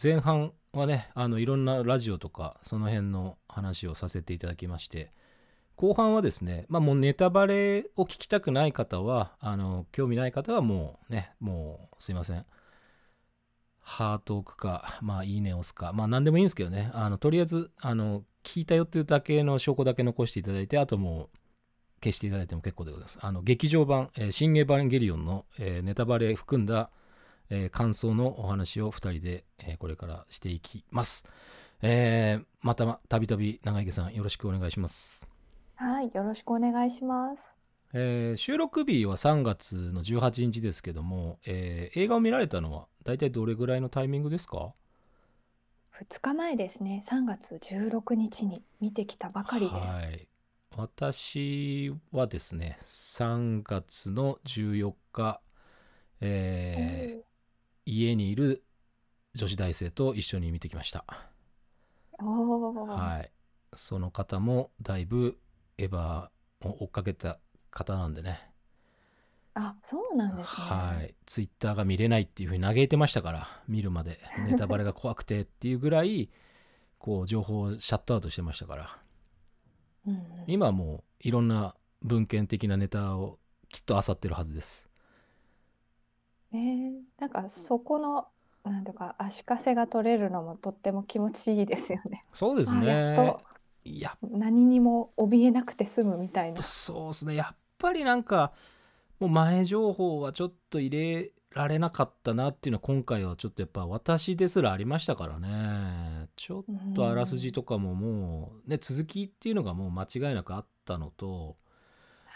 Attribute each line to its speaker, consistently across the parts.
Speaker 1: 前半はねあのいろんなラジオとかその辺の話をさせていただきまして後半はですね、まあ、もうネタバレを聞きたくない方はあの興味ない方はもうねもうすいませんハートを置くか、まあ、いいねを押すか、まあ、何でもいいんですけどね、あのとりあえず、あの、聞いたよっていうだけの証拠だけ残していただいて、あともう、消していただいても結構でございます。あの、劇場版、えー新エヴァンゲリオンの、えーネタバレ含んだ、えー感想のお話を2人で、えーこれからしていきます。えーまたまたびたび長池さんよろしくお願いします。
Speaker 2: はい、よろしくお願いします。
Speaker 1: えー収録日は3月の18日ですけども、えー映画を見られたのは大体どれぐらいのタイミングですか
Speaker 2: 2日前ですね、3月16日に見てきたばかりです。
Speaker 1: はい。私はですね、3月の14日、えー家にいる女子大生と一緒に見てきました。
Speaker 2: おーおー、
Speaker 1: はい。その方もだいぶエヴァを追っかけた方なんでね。
Speaker 2: あ、そうなんですね。
Speaker 1: はい。ツイッターが見れないっていうふうに嘆いてましたから、見るまで。ネタバレが怖くてっていうぐらい、こう、情報をシャットアウトしてましたから。
Speaker 2: うんうん、
Speaker 1: 今はもういろんな文献的なネタをきっと漁ってるはずです。
Speaker 2: ねえなんかそこの、なんとか足かせが取れるのもとっても気持ちいいですよね。
Speaker 1: そうです
Speaker 2: あ
Speaker 1: ね。
Speaker 2: やっ
Speaker 1: いや
Speaker 2: と何にも怯えなくて済むみたいな。
Speaker 1: そうですね。やっぱりなんかもう前情報はちょっと入れられなかったなっていうのは今回はちょっとやっぱ私ですらありましたからね。ちょっとあらすじとかももうね続きっていうのがもう間違いなくあったのと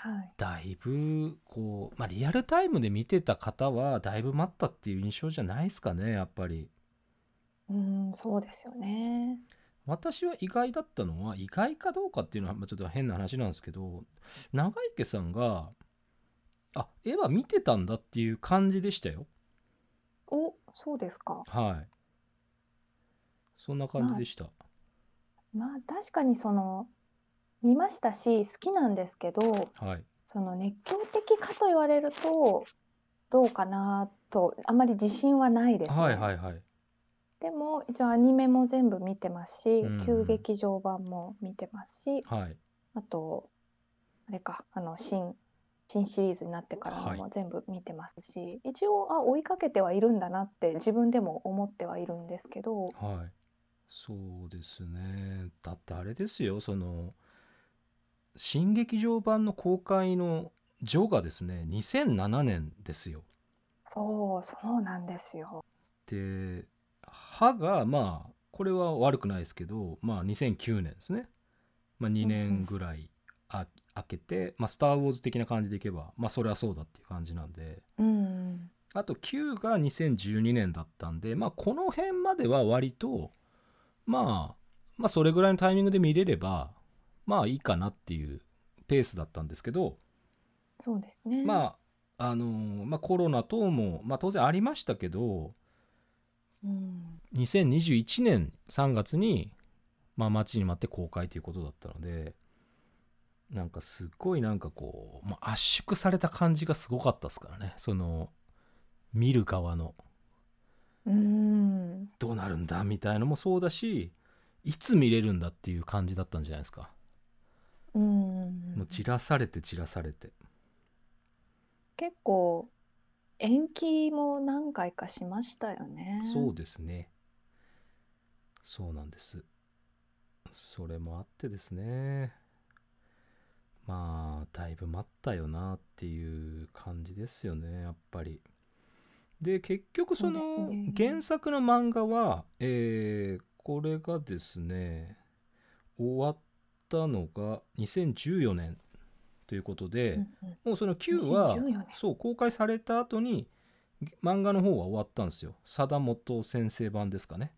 Speaker 2: うんはい。
Speaker 1: だいぶこう、まあ、リアルタイムで見てた方はだいぶ待ったっていう印象じゃないですかねやっぱり。
Speaker 2: うん、そうですよね。
Speaker 1: 私は意外だったのは意外かどうかっていうのはまあちょっと変な話なんですけど長池さんがあ絵は見てたんだっていう感じでしたよ
Speaker 2: お、そうですか。
Speaker 1: はいそんな感じでした、
Speaker 2: まあ確かにその、見ましたし、好きなんですけど、
Speaker 1: はい
Speaker 2: その熱狂的かと言われるとどうかなとあまり自信はないですね、
Speaker 1: はいはいはい
Speaker 2: でも一応アニメも全部見てますし、
Speaker 1: うんうん
Speaker 2: 旧劇場版も見てますし
Speaker 1: はい
Speaker 2: あとあれかあの新新シリーズになってからの
Speaker 1: は
Speaker 2: も全部見てますし、一応あ追いかけてはいるんだなって自分でも思ってはいるんですけど
Speaker 1: はいそうですねだってあれですよその新劇場版の公開の「ジョ」がですね2007年ですよ
Speaker 2: そうそうなんですよ。
Speaker 1: で歯がまあこれは悪くないですけど、まあ、2009年ですね、まあ、2年ぐらいあ空けて「まあ、スター・ウォーズ」的な感じでいけば、まあ、それはそうだっていう感じなんで
Speaker 2: うん
Speaker 1: あと9が2012年だったんで、まあ、この辺までは割と、まあ、まあそれぐらいのタイミングで見れればまあいいかなっていうペースだったんですけど、
Speaker 2: そうですね。
Speaker 1: まああのーまあ、コロナ等も、まあ、当然ありましたけど
Speaker 2: うん、
Speaker 1: 2021年3月に、まあ、待ちに待って公開ということだったのでなんかすっごいなんかこう、まあ、圧縮された感じがすごかったですからねその見る側の
Speaker 2: うん
Speaker 1: どうなるんだみたいのもそうだしいつ見れるんだっていう感じだったんじゃないですか
Speaker 2: うん
Speaker 1: もう散らされて散らされて
Speaker 2: 結構延期も何回かしましたよね。
Speaker 1: そうですねそうなんですそれもあってですねまあだいぶ待ったよなっていう感じですよねやっぱりで結局その
Speaker 2: そうですね
Speaker 1: 原作の漫画は、えーこれがですね終わったのが2014年ということで、
Speaker 2: うんうん
Speaker 1: もうその9は
Speaker 2: 2014年
Speaker 1: そう公開された後に漫画の方は終わったんですよ貞本先生版ですかね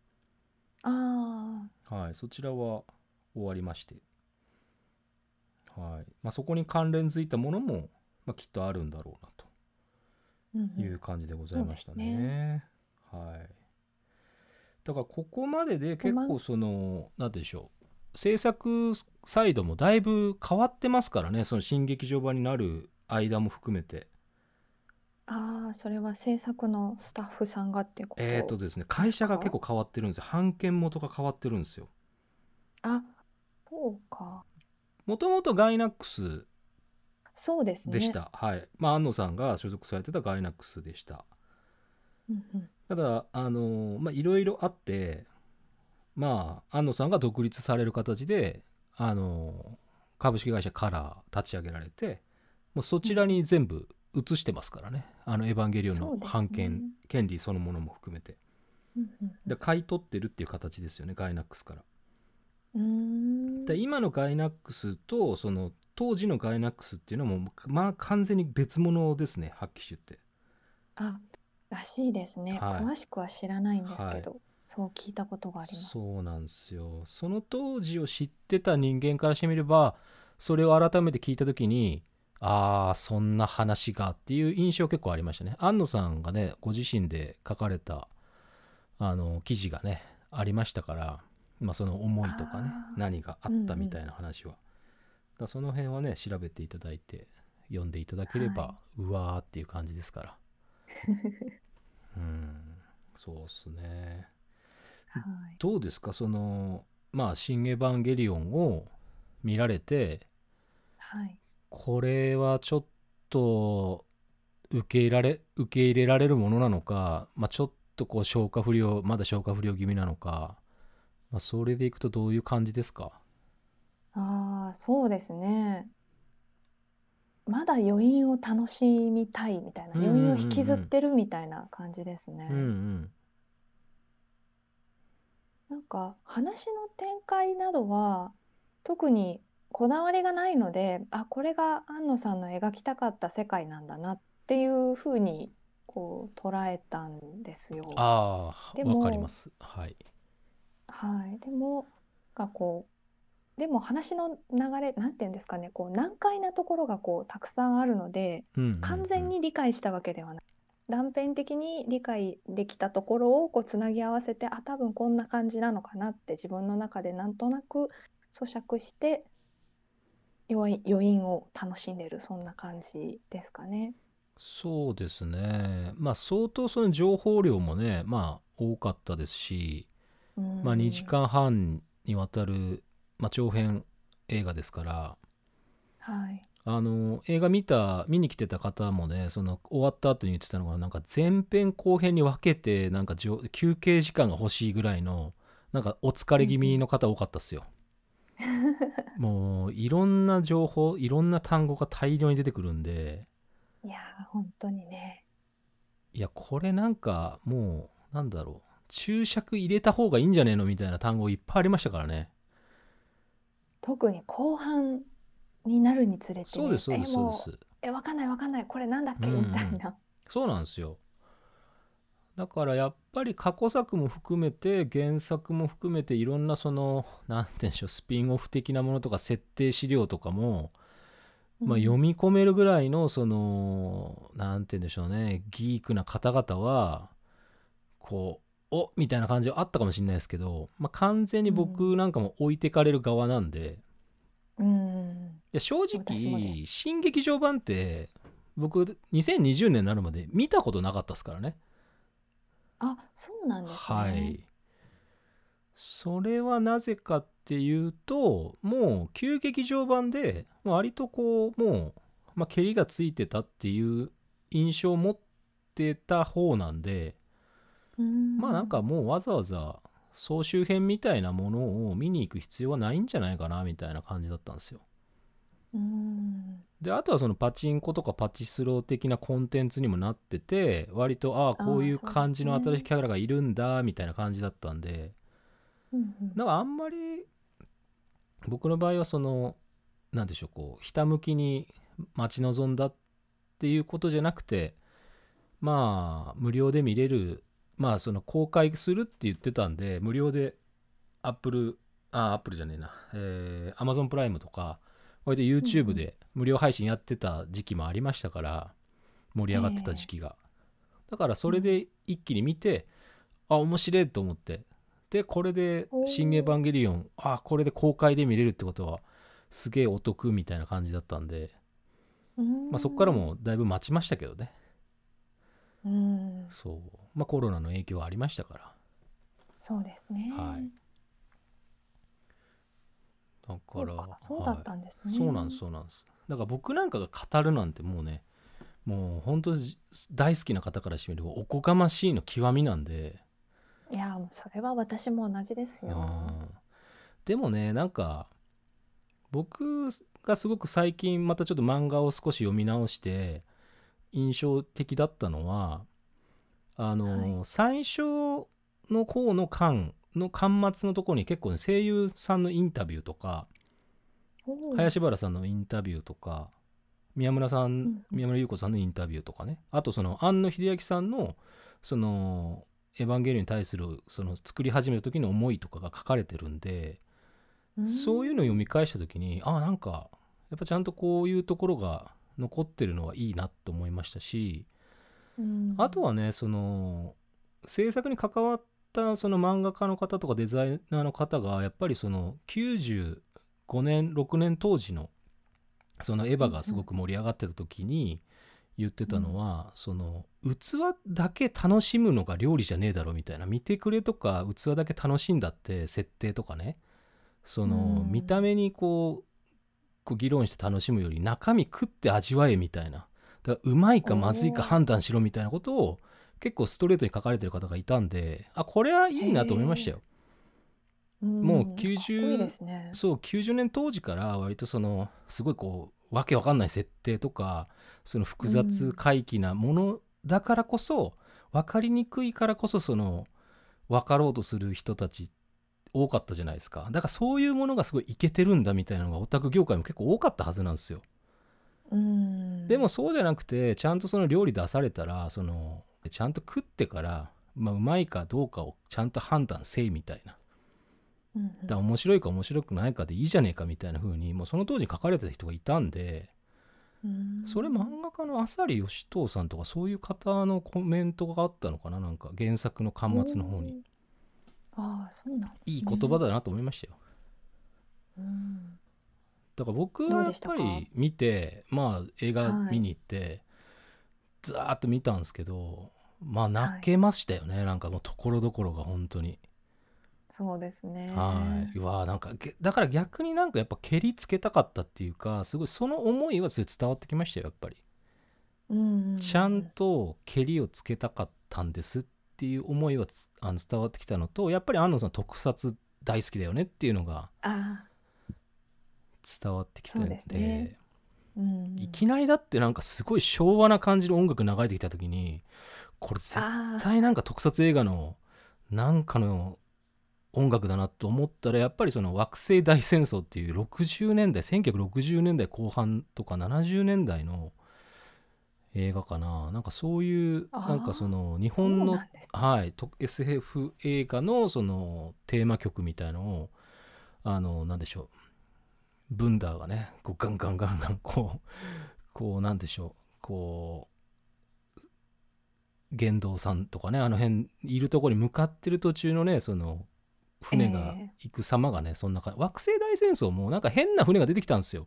Speaker 2: あ
Speaker 1: はいそちらは終わりましてはいまあそこに関連づいたものも、まあ、きっとあるんだろうな
Speaker 2: ー、うんうん
Speaker 1: という感じでございましたね,、
Speaker 2: そうです
Speaker 1: はいだからここまでで結構その何て言うんでしょう制作サイドもだいぶ変わってますからねその新劇場版になる間も含めて
Speaker 2: ああ、それは制作のスタッフさんがってこ
Speaker 1: えーと
Speaker 2: と
Speaker 1: ですね、
Speaker 2: で
Speaker 1: 会
Speaker 2: す
Speaker 1: 社が結
Speaker 2: か
Speaker 1: 構変わってるんですよ。版権元が変わってるんですよ。
Speaker 2: あ、そうか。
Speaker 1: もともとガイナックス
Speaker 2: そうです
Speaker 1: でし
Speaker 2: ね。
Speaker 1: た。はい。まあ、安野さんが所属されてたガイナックスでした。
Speaker 2: うんうん。
Speaker 1: ただ、あのーまあ、いろいろあって、まあ、安野さんが独立される形で、あのー株式会社カラー立ち上げられて、もうそ
Speaker 2: うん
Speaker 1: ちらに全部移してますからね。あの、エヴァンゲリオン
Speaker 2: そ
Speaker 1: の
Speaker 2: うです
Speaker 1: 版
Speaker 2: ね。
Speaker 1: 権、権利そのものも含めて。
Speaker 2: うんうん
Speaker 1: で、買い取ってるっていう形ですよね、ガイナックスから。
Speaker 2: うん。うー
Speaker 1: で
Speaker 2: ん。
Speaker 1: 今のガイナックスとその当時のガイナックスっていうのはもう、まあ、完全に別物ですね発揮種って
Speaker 2: あ、らしいですね。
Speaker 1: はい
Speaker 2: 詳しくは知らないんです
Speaker 1: は
Speaker 2: け
Speaker 1: い
Speaker 2: ど、そう聞いたことがあります。
Speaker 1: そうなんですよその当時を知ってた人間からしてみればそれを改めて聞いた時にああーそんな話がっていう印象結構ありましたね安野さんがねご自身で書かれたあの記事がねありましたから、まあ、その思いとかね
Speaker 2: ああ、
Speaker 1: 何があ
Speaker 2: う
Speaker 1: っ
Speaker 2: ん
Speaker 1: た
Speaker 2: う
Speaker 1: みた
Speaker 2: ん。
Speaker 1: いな話はだからその辺はね調べていただいて読んでいただけれ
Speaker 2: は
Speaker 1: ば
Speaker 2: い。
Speaker 1: うわーっていう感じですからうんそうっすね
Speaker 2: はい。
Speaker 1: どうですかそのまあ「新エヴァンゲリオン」を見られて
Speaker 2: はい。
Speaker 1: これはちょっと受け入れられ受け入れられるものなのか、まあ、ちょっとこう消化不良まだ消化不良気味なのか、まあ、それでいくとどういう感じですか
Speaker 2: ああ、そうですね。まだ余韻を楽しみたいみたいな、
Speaker 1: うんう
Speaker 2: 余韻を
Speaker 1: ん
Speaker 2: 引
Speaker 1: う
Speaker 2: きずっ
Speaker 1: ん
Speaker 2: てるみたいな感じで
Speaker 1: う
Speaker 2: す
Speaker 1: んう
Speaker 2: ね。
Speaker 1: ん
Speaker 2: なんか話の展開などは特にこだわりがないので、あ、これが庵野さんの描きたかった世界なんだなっていうふうにこう捉えたんですよ。
Speaker 1: ああ
Speaker 2: で
Speaker 1: ーわかりま
Speaker 2: も、
Speaker 1: すはい
Speaker 2: はい、でもがこうでも話の流れなんて言うんですかねこう難解なところがこうたくさんあるので
Speaker 1: うんう
Speaker 2: 完
Speaker 1: んう
Speaker 2: 全
Speaker 1: ん
Speaker 2: に理解したわけではない断片的に理解できたところをこうつなぎ合わせてあ多分こんな感じなのかなって自分の中でなんとなく咀嚼して余韻、余韻を楽しんでるそんな感じですかね。
Speaker 1: そうですね。まあ相当その情報量もね、まあ多かったですし、
Speaker 2: うー
Speaker 1: まあ2
Speaker 2: ん、
Speaker 1: 時間半にわたる、まあ、長編映画ですから、
Speaker 2: はい。
Speaker 1: あの映画見た、見に来てた方もね、その終わった後に言ってたのが、なんか前編後編に分けて、なんかじょ休憩時間が欲しいぐらいの、なんかお疲
Speaker 2: う
Speaker 1: れ
Speaker 2: ん
Speaker 1: 気
Speaker 2: う
Speaker 1: 味
Speaker 2: ん。
Speaker 1: の方多かったっすよ。もういろんな情報、いろんな単語が大量に出てくるんで、
Speaker 2: いやー、本当にね。
Speaker 1: いや、これなんかもう、なんだろう、注釈入れた方がいいんじゃねえのみたいな単語いっぱいありましたからね。
Speaker 2: 特に後半になるにつれ
Speaker 1: そうで
Speaker 2: て、
Speaker 1: す、そうで
Speaker 2: え、
Speaker 1: す、そうで
Speaker 2: も
Speaker 1: す。
Speaker 2: う、え、わかんないわかんない、これなんだっ
Speaker 1: うん
Speaker 2: け
Speaker 1: う
Speaker 2: みたい
Speaker 1: ん。
Speaker 2: な。
Speaker 1: そうなんですよ。だからやっぱり過去作も含めて原作も含めていろんなその何て言うんでしょうスピンオフ的なものとか設定資料とかも、
Speaker 2: う
Speaker 1: まあ、読
Speaker 2: ん、
Speaker 1: み込めるぐらいのその何て言うんでしょうねギークな方々はこう、おみたいな感じはあったかもしれないですけど、まあ、完全に
Speaker 2: うん、
Speaker 1: 僕なんかも置いてかれる側なんで、い
Speaker 2: うん、
Speaker 1: や正
Speaker 2: 私もです。
Speaker 1: 直、新劇場版って、僕、2020年になるまで見たことなかったですからね。
Speaker 2: あ、そうなんです
Speaker 1: は
Speaker 2: ね。
Speaker 1: い。それはなぜかっていうと、もう、旧劇場版で、割とこう、もう、まあ、蹴りがついてたっていう印象を持ってた方なんで、
Speaker 2: うー
Speaker 1: まあなんか
Speaker 2: ん。
Speaker 1: もうわざわざ総集編みたいなものを見に行く必要はないんじゃないかなみたいな感じだったんですよ。
Speaker 2: うーん。
Speaker 1: で、あとはそのパチンコとかパチスロ的なコンテンツにもなってて、割と、ああ、こう
Speaker 2: あ
Speaker 1: い
Speaker 2: あ、
Speaker 1: う
Speaker 2: そうで
Speaker 1: 感
Speaker 2: す
Speaker 1: じの新しい
Speaker 2: ね。
Speaker 1: キャラがいるんだ、みたいな感じだったんで、
Speaker 2: うんうん。
Speaker 1: なんかあんまり僕の場合はその、なんでしょう、こう、ひたむきに待ち望んだっていうことじゃなくて、まあ、無料で見れる、まあ、その公開するって言ってたんで、無料でアップル、あ、アップルじゃねえな、えー、Amazon プライムとか、割と
Speaker 2: うんう
Speaker 1: YouTube
Speaker 2: ん。
Speaker 1: で無料配信やってた時期もありましたから、盛り上がってた時
Speaker 2: ええ。
Speaker 1: 期が。だからそうれ
Speaker 2: ん。
Speaker 1: で一気に見て、あ、面白いと思って。で、これで、新エヴ
Speaker 2: お
Speaker 1: ァ
Speaker 2: お。
Speaker 1: ンゲリオン、あ、これで公開で見れるってことは、すげえお得みたいな感じだったんで、
Speaker 2: うー
Speaker 1: まあそこから
Speaker 2: ん。
Speaker 1: もだいぶ待ちましたけどね。
Speaker 2: うん、
Speaker 1: そうまあコロナの影響はありましたから
Speaker 2: そうですね。
Speaker 1: はいだ
Speaker 2: そ
Speaker 1: か
Speaker 2: う
Speaker 1: ら
Speaker 2: か、そうだっ
Speaker 1: は
Speaker 2: たんです
Speaker 1: い
Speaker 2: ね。
Speaker 1: そうなんですそうなんですだから僕なんかが語るなんてもうねもう本当じ大好きな方からしてみればおこがましいの極みなんで
Speaker 2: いや、もうそれは私も同じですよ。
Speaker 1: うんでもねなんか僕がすごく最近またちょっと漫画を少し読み直して印象的だったのはあの、最初の方の巻の巻末のところに結構ね声優さんのインタビューとか
Speaker 2: おー
Speaker 1: 林原さんのインタビューとか宮村さん、
Speaker 2: ん
Speaker 1: 宮村優子さんのインタビューとかねあとその庵野秀明さんのその「エヴァンゲリオン」に対するその作り始める時の思いとかが書かれてるんで、
Speaker 2: うん
Speaker 1: そういうのを読み返した時にあなんかやっぱちゃんとこういうところが残ってるのはいいなと思いましたし
Speaker 2: うん
Speaker 1: あとはねその制作に関わったその漫画家の方とかデザイナーの方がやっぱりその95年6年当時のそのエヴァがすごく盛り上がってた時に言ってたのは、その器だけ楽しむのが料理じゃねえだろみたいな見てくれとか器だけ楽しんだって設定とかねその、
Speaker 2: うん
Speaker 1: 見た目にこうこう議論して楽しむより中身食って味わえみたいなだからうまいかまずいか
Speaker 2: おー
Speaker 1: 判断しろみたいなことを結構ストレートに書かれてる方がいたんであこれはいいなと思いましたよ。もう
Speaker 2: うんかっこいいですね。
Speaker 1: そう90年当時から割とそのすごいこうわけわかんない設定とかその複雑怪奇なものだからこそ、分かりにくいからこそその分かろうとする人たち多かったじゃないですかだからそういうものがすごいイケてるんだみたいなのがオタク業界も結構多かったはずなんですよ。
Speaker 2: うん、
Speaker 1: でもそうじゃなくてちゃんとその料理出されたらそのちゃんと食ってから、まあ、うまいかどうかをちゃんと判断せいみたいな
Speaker 2: うん、
Speaker 1: だから面白いか面白くないかでいいじゃねえかみたいな風にもうその当時書かれてた人がいたんで
Speaker 2: うん
Speaker 1: それ漫画家の浅利義藤さんとかそういう方のコメントがあったのかななんか原作の巻末の方に。
Speaker 2: ああ、そうなんです、ね。
Speaker 1: いい言葉だなと思いましたよ。
Speaker 2: うん。
Speaker 1: だから僕
Speaker 2: ど
Speaker 1: は
Speaker 2: う
Speaker 1: や
Speaker 2: で
Speaker 1: っ
Speaker 2: した
Speaker 1: ぱ
Speaker 2: か
Speaker 1: り見てまあ映画
Speaker 2: はい
Speaker 1: 見に行って、ずーっと見たんですけどまあ泣けましたよね、なんかもうところどころが本当に、
Speaker 2: そうですね。
Speaker 1: はい。うわーなんかげだから逆になんかやっぱ蹴りつけたかったっていうかすごいその思いはすごい伝わってきましたよやっぱり、
Speaker 2: うん、
Speaker 1: ちゃんと蹴りをつけたかったんですっていう思いはつあの伝わってきたのとやっぱり安野さん特撮大好きだよねっていうのが
Speaker 2: ああ、
Speaker 1: 伝わってきたんで
Speaker 2: そうですねうん、
Speaker 1: いきなりだってなんかすごい昭和な感じの音楽流れてきた時にこれ絶
Speaker 2: ああ、
Speaker 1: 対なんか特撮映画のなんかの音楽だなと思ったらやっぱりその惑星大戦争っていう60年代1960年代後半とか70年代の映画かななんかそういう
Speaker 2: あー
Speaker 1: なんかその日本
Speaker 2: そう
Speaker 1: の
Speaker 2: なんですね
Speaker 1: はい、と SF 映画のそのテーマ曲みたいのをあのなんでしょうブンダーがねこうガンガンガンガンこうこうなんでしょうこう玄道さんとかねあの辺いるところに向かってる途中のねその船が
Speaker 2: え
Speaker 1: 行く様がね、そんな感じ惑星大戦争もなんか変な船が出てきたんですよ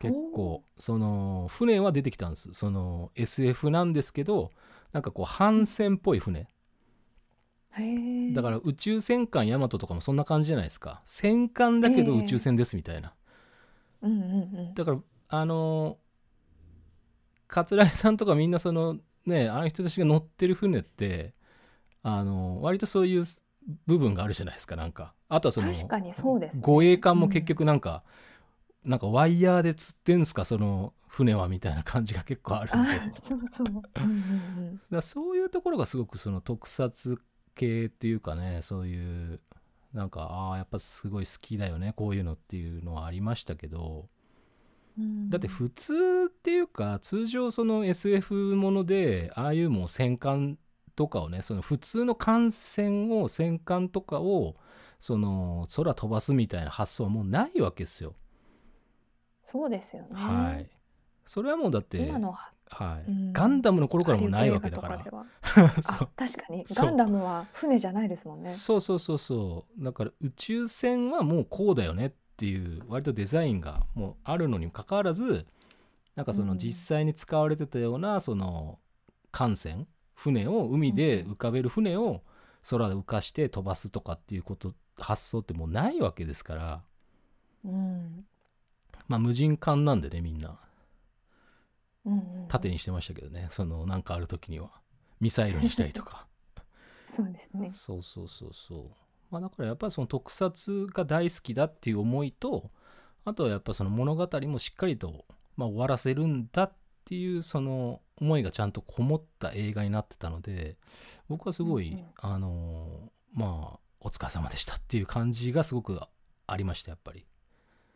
Speaker 1: 結構その船は出てきたんですその SF なんですけどなんかこう帆船っぽい船
Speaker 2: へえ
Speaker 1: だから宇宙戦艦ヤマトとかもそんな感じじゃないですか戦艦だけど
Speaker 2: ええ
Speaker 1: 宇宙船ですみたいな、
Speaker 2: うんうんうん。
Speaker 1: だからあの桂井さんとかみんなそのねあの人たちが乗ってる船ってあの割とそういう部分があるじゃないですかなんかあとはその
Speaker 2: 確かにそうですね
Speaker 1: 護衛艦も結局なんか、なんかワイヤーで釣ってんすかその船はみたいな感じが結構あるんで
Speaker 2: ああ、そうそう。うん
Speaker 1: だからそういうところがすごくその特撮系っていうかねそういうなんかああやっぱすごい好きだよねこういうのっていうのはありましたけど
Speaker 2: うんうん。
Speaker 1: だって普通っていうか通常その SF ものでああいうもう戦艦とかをねその普通の艦船を戦艦とかをその空飛ばすみたいな発想はもうないわけですよ。
Speaker 2: そうですよね。
Speaker 1: はい。それはもうだって、
Speaker 2: 今の
Speaker 1: はい
Speaker 2: うん
Speaker 1: ガンダムの頃からもうないわけだか
Speaker 2: ハリウッ
Speaker 1: ら
Speaker 2: ド映画とで は。
Speaker 1: そう
Speaker 2: あ、確かに。
Speaker 1: そう
Speaker 2: ガンダムは船じゃないですもんね。
Speaker 1: そうそうそうそうだから宇宙船はもうこうだよねっていう割とデザインがもうあるのにもかかわらずなんかその
Speaker 2: うん
Speaker 1: 実際に使われてたようなその艦船船を海で浮かべる船を空で浮かして飛ばすとかっていうこと発想ってもうないわけですから、
Speaker 2: うん
Speaker 1: まあ、無人艦なんでねみんな
Speaker 2: うんうんうん
Speaker 1: 縦にしてましたけどねそのなんかある時にはミサイルにしたりとか
Speaker 2: そうですね。
Speaker 1: そうそうそうそう、まあ、だからやっぱりその特撮が大好きだっていう思いとあとはやっぱその物語もしっかりと、まあ、終わらせるんだっていうその思いがちゃんとこもった映画になってたので僕はすごい、
Speaker 2: うんうん
Speaker 1: あのーまあお疲れ様でしたっていう感じがすごくあありましたやっぱり。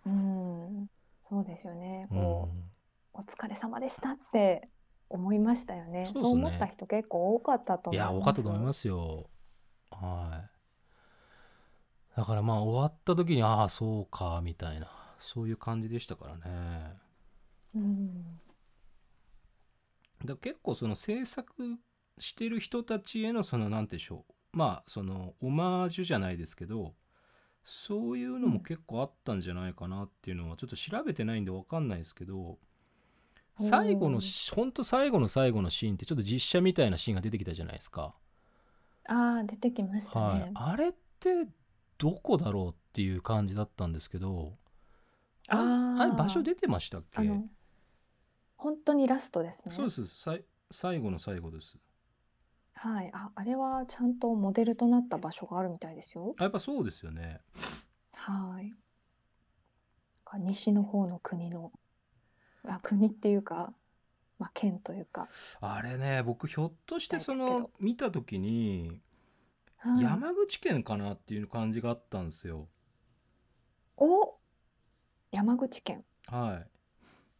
Speaker 2: うん、そうですよね。
Speaker 1: う
Speaker 2: こ
Speaker 1: ん
Speaker 2: う、お疲れ様でしたって思いましたよね。
Speaker 1: そうっ
Speaker 2: そ
Speaker 1: す
Speaker 2: う
Speaker 1: ね
Speaker 2: 思った人結構多かったと
Speaker 1: い
Speaker 2: 思います。
Speaker 1: や多かったと思いますよはいだからまあ終わった時にああそうかみたいなそういう感じでしたからね
Speaker 2: うん、
Speaker 1: だ結構その制作してる人たちへのその何でしょうまあそのオマージュじゃないですけどそういうのも結構あったんじゃないかなっていうのはちょっと調べてないんで分かんないですけど最後のしほんと最後の最後のシーンってちょっと実写みたいなシーンが出てきたじゃないですか。
Speaker 2: ああ、出てきました
Speaker 1: はい
Speaker 2: ね、。
Speaker 1: あれってどこだろうっていう感じだったんですけどあ
Speaker 2: あー
Speaker 1: あれ場所出てましたっけ
Speaker 2: あの、本当にラストですね。
Speaker 1: そうですさい最後の最後です
Speaker 2: はい、あ、あれはちゃんとモデルとなった場所があるみたいですよ。
Speaker 1: あやっぱそうですよね
Speaker 2: はい。なんか西の方の国の、あ、国っていうか、まあ県というか、
Speaker 1: あれね僕ひょっとしてそ
Speaker 2: ですけ
Speaker 1: の
Speaker 2: ど
Speaker 1: 見た時に
Speaker 2: はい、
Speaker 1: 山口県かなっていう感じがあったんですよ
Speaker 2: お、山口県。
Speaker 1: はい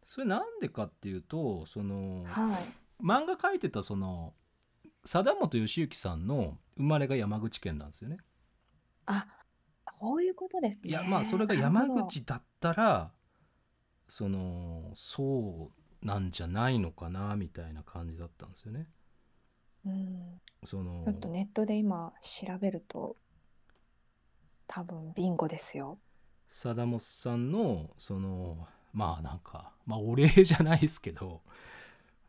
Speaker 1: それなんでかっていうとその
Speaker 2: はい。
Speaker 1: 漫画描いてたその貞本義行さんの生まれが山口県なんですよね
Speaker 2: あ、そういうことですね。
Speaker 1: いやまあそれが山口だったらそのそうなんじゃないのかなみたいな感じだったんですよね。
Speaker 2: なるほど。うん。
Speaker 1: その
Speaker 2: ちょっとネットで今調べると、多分ビンゴですよ。
Speaker 1: 貞本さんのそのまあなんかまあお礼じゃないですけど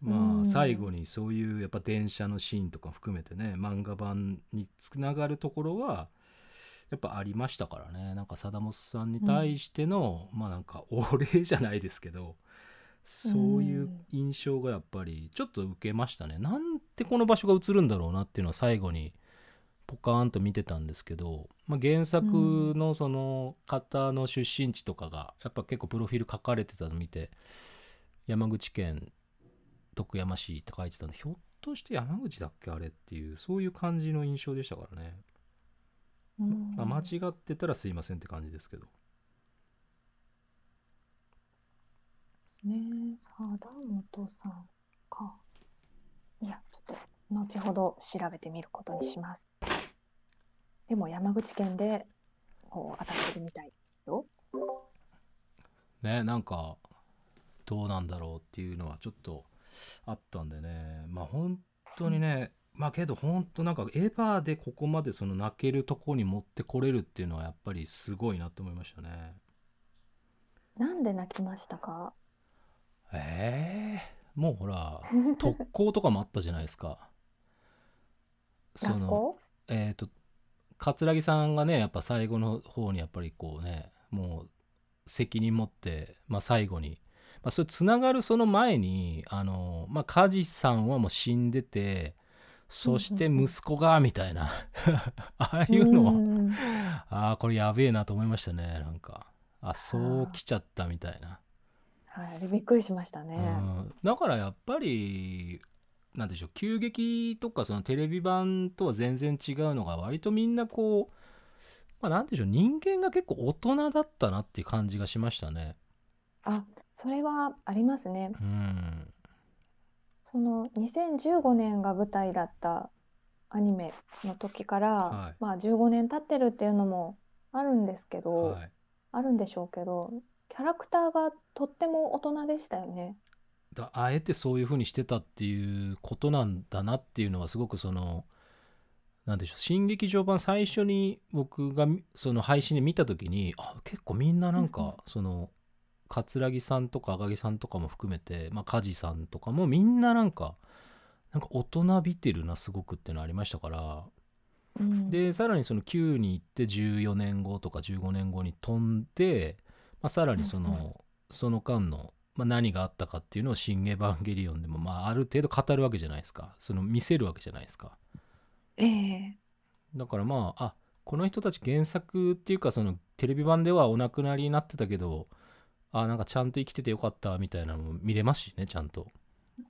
Speaker 1: ま
Speaker 2: う
Speaker 1: あ
Speaker 2: ん
Speaker 1: 最後にそういうやっぱ電車のシーンとか含めてね漫画版につながるところはやっぱありましたからねなんか貞本さんに対しての、まあなんかお礼じゃないですけどそういう印象がやっぱりちょっと受けましたね。なんてこの場所が映るんだろうなっていうのは最後にポカーンと見てたんですけど、まあ、原作のその方の出身地とかがやっぱ結構プロフィール書かれてたの見て山口県徳山市って書いてたんでひょっとして山口だっけあれっていうそういう感じの印象でしたからね、
Speaker 2: うん
Speaker 1: まあ、間違ってたらすいませんって感じですけど
Speaker 2: ね、貞本さんか。いや、ちょっと後ほど調べてみることにします。でも山口県でこう当たってるみたい。
Speaker 1: ねなんかどうなんだろうっていうのはちょっとあったんでねまあ本当にねまあけど本当なんかエヴァでここまでその泣けるとこに持ってこれるっていうのはやっぱりすごいなと思いましたね。
Speaker 2: なんで泣きましたか。
Speaker 1: えー、もうほら特攻とかもあったじゃないですか。そ
Speaker 2: 学
Speaker 1: の
Speaker 2: 校。
Speaker 1: えっ、と桂木さんがねやっぱ最後の方にやっぱりこうねもう責任持って、まあ、最後に、まあ、それつながるその前にあの、まあ、梶さんはもう死んでてそして息子がみたいな ああいうのは、
Speaker 2: ん
Speaker 1: ああこれやべえなと思いましたねなんかあそう来ちゃったみたいな。
Speaker 2: はい、あれびっくりしましたね。
Speaker 1: うんだからやっぱりなんでしょう急激とかそのテレビ版とは全然違うのが割とみんなこう、まあ、なんでしょう人間が結構大人だったなっていう感じがしましたね。
Speaker 2: あ、それはありますね。
Speaker 1: うん、
Speaker 2: その2015年が舞台だったアニメの時から、
Speaker 1: はい
Speaker 2: まあ15年経ってるっていうのもあるんですけど。
Speaker 1: はい、
Speaker 2: あるんでしょうけど、キャラクターがとっても大人でしたよね。
Speaker 1: だあえてそういう風にしてたっていうことなんだなっていうのはすごくそのなんでしょう新劇場版最初に僕がみその配信で見た時にあ結構みんななん
Speaker 2: うんうん
Speaker 1: かその葛城さんとか赤木さんとかも含めて、まあ、梶さんとかもみんななんかなんか大人びてるなすごくっていうのありましたから
Speaker 2: うん、
Speaker 1: でさらにその9に行って14年後とか15年後に飛んで、まあ、さらにその,、
Speaker 2: うんう
Speaker 1: その間の、まあ、何があったかっていうのを「新エヴァンゲリオン」でも、まあ、ある程度語るわけじゃないですかその見せるわけじゃないですか
Speaker 2: ええ
Speaker 1: だからまああこの人たち原作っていうかそのテレビ版ではお亡くなりになってたけどあなんかちゃんと生きててよかったみたいなのも見れますしねちゃんと。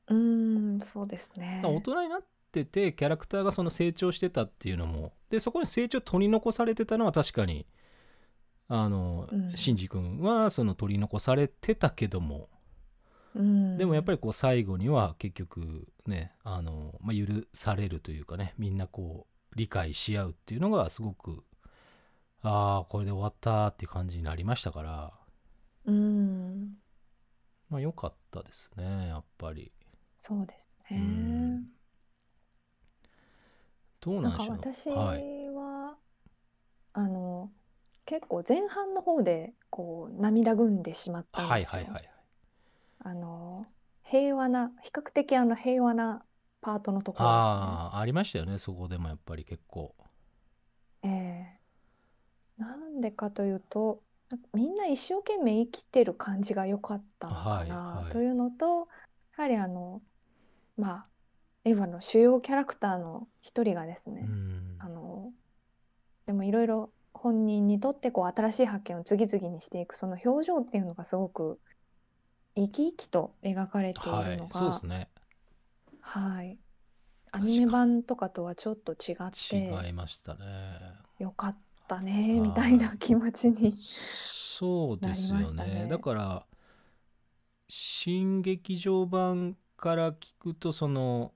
Speaker 2: うんそうです
Speaker 1: だ
Speaker 2: ね
Speaker 1: から大人になっててキャラクターがその成長してたっていうのもでそこに成長取り残されてたのは確かにあの、
Speaker 2: うん
Speaker 1: シンジ君はその取り残されてたけども
Speaker 2: うん
Speaker 1: でもやっぱりこう最後には結局ねあの、まあ、許されるというかねみんなこう理解し合うっていうのがすごくああこれで終わったっていう感じになりましたから、
Speaker 2: うん
Speaker 1: まあ、良かったですねやっぱり。
Speaker 2: そうです
Speaker 1: う
Speaker 2: ね
Speaker 1: んどう
Speaker 2: な
Speaker 1: なんんで
Speaker 2: か
Speaker 1: しょう
Speaker 2: 私
Speaker 1: はい
Speaker 2: は、あの結構前半の方でこう涙ぐんでしまったん
Speaker 1: はい
Speaker 2: です
Speaker 1: はい
Speaker 2: よ。
Speaker 1: はい。
Speaker 2: あの平和な比較的あの平和なパートのところ
Speaker 1: ああありましたよねそこでもやっぱり結構
Speaker 2: ですね。ええなんでかというとなんかみんな一生懸命生きてる感じが良かったのか
Speaker 1: はい
Speaker 2: な
Speaker 1: はい
Speaker 2: というのとやはりあのまあエヴァの主要キャラクターの一人がですね、
Speaker 1: うん
Speaker 2: あのでもいろいろ本人にとってこう新しい発見を次々にしていくその表情っていうのがすごく生き生きと描かれてい
Speaker 1: は
Speaker 2: る
Speaker 1: い
Speaker 2: のが、
Speaker 1: そうで
Speaker 2: は
Speaker 1: すね
Speaker 2: いア
Speaker 1: 確か
Speaker 2: ニメ版とかとはちょっと違って
Speaker 1: 違いましたね
Speaker 2: よかったね
Speaker 1: はい
Speaker 2: みたいな気持ちに。
Speaker 1: そうです
Speaker 2: な
Speaker 1: よ
Speaker 2: りました
Speaker 1: ね
Speaker 2: ね
Speaker 1: だから新劇場版から聞くとその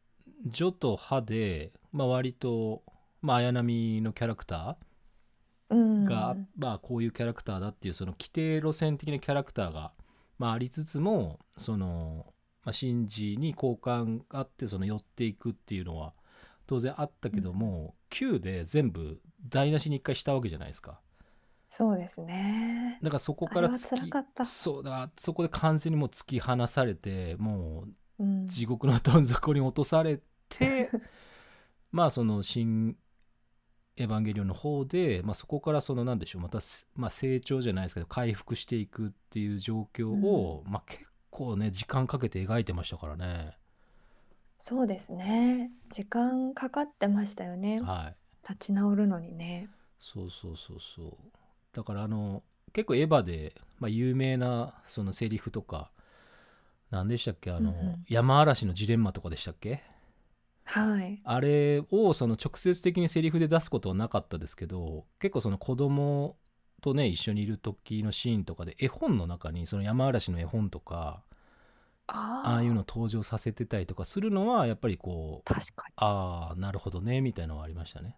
Speaker 1: 「ジョ」と「ハ」で、まあ、割と、まあ、綾波のキャラクタ
Speaker 2: うん
Speaker 1: ー が、まあ、こういうキャラクターだっていうその規定路線的なキャラクターが、まあ、ありつつもその、まあ、シンジに好感があってその寄っていくっていうのは当然あったけども、Q で全部台無しに一回したわけじゃないですか。
Speaker 2: そうですね。
Speaker 1: だからそこ
Speaker 2: あ
Speaker 1: から
Speaker 2: れは
Speaker 1: 突
Speaker 2: 辛
Speaker 1: き
Speaker 2: かった。
Speaker 1: そうだからそこで完全にもう突き放されても
Speaker 2: うん
Speaker 1: う地獄のどん底に落とされ てまあその「新エヴァンゲリオン」の方で、まあ、そこからそのなんでしょうまたす、まあ、成長じゃないですけど回復していくっていう状況を、まあ、結構ね時間かけて描いてましたからね。
Speaker 2: そうですね。時間かかってましたよね。
Speaker 1: はい
Speaker 2: 立ち直るのにね。
Speaker 1: そうそうそうそうだからあの結構エヴァで、まあ、有名なそのセリフとか何でしたっけあの、
Speaker 2: うんうん
Speaker 1: 山嵐のジレンマとかでしたっけ
Speaker 2: はい。
Speaker 1: あれをその直接的にセリフで出すことはなかったですけど結構その子供とね一緒にいる時のシーンとかで絵本の中にその山嵐の絵本とか
Speaker 2: ああ
Speaker 1: ああいうのを登場させてたりとかするのはやっぱりこう
Speaker 2: 確か
Speaker 1: ああなるほどねみたいなのはありましたね。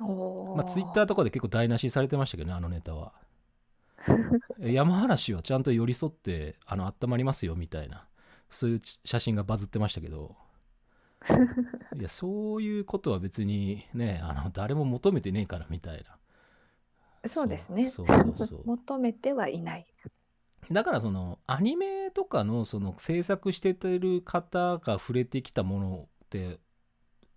Speaker 2: に。お
Speaker 1: まあ、ツイッターとかで結構台無しにされてましたけどねあのネタ は山嵐はちゃんと寄り添ってあの温まりますよみたいなそういうち写真がバズってましたけ どいやそういうことは別にねあの誰も求めてねえからみたいな
Speaker 2: そうですね。
Speaker 1: そうそうそうそう
Speaker 2: 求めてはいない。
Speaker 1: だからそのアニメとかのその制作してる方が触れてきたものって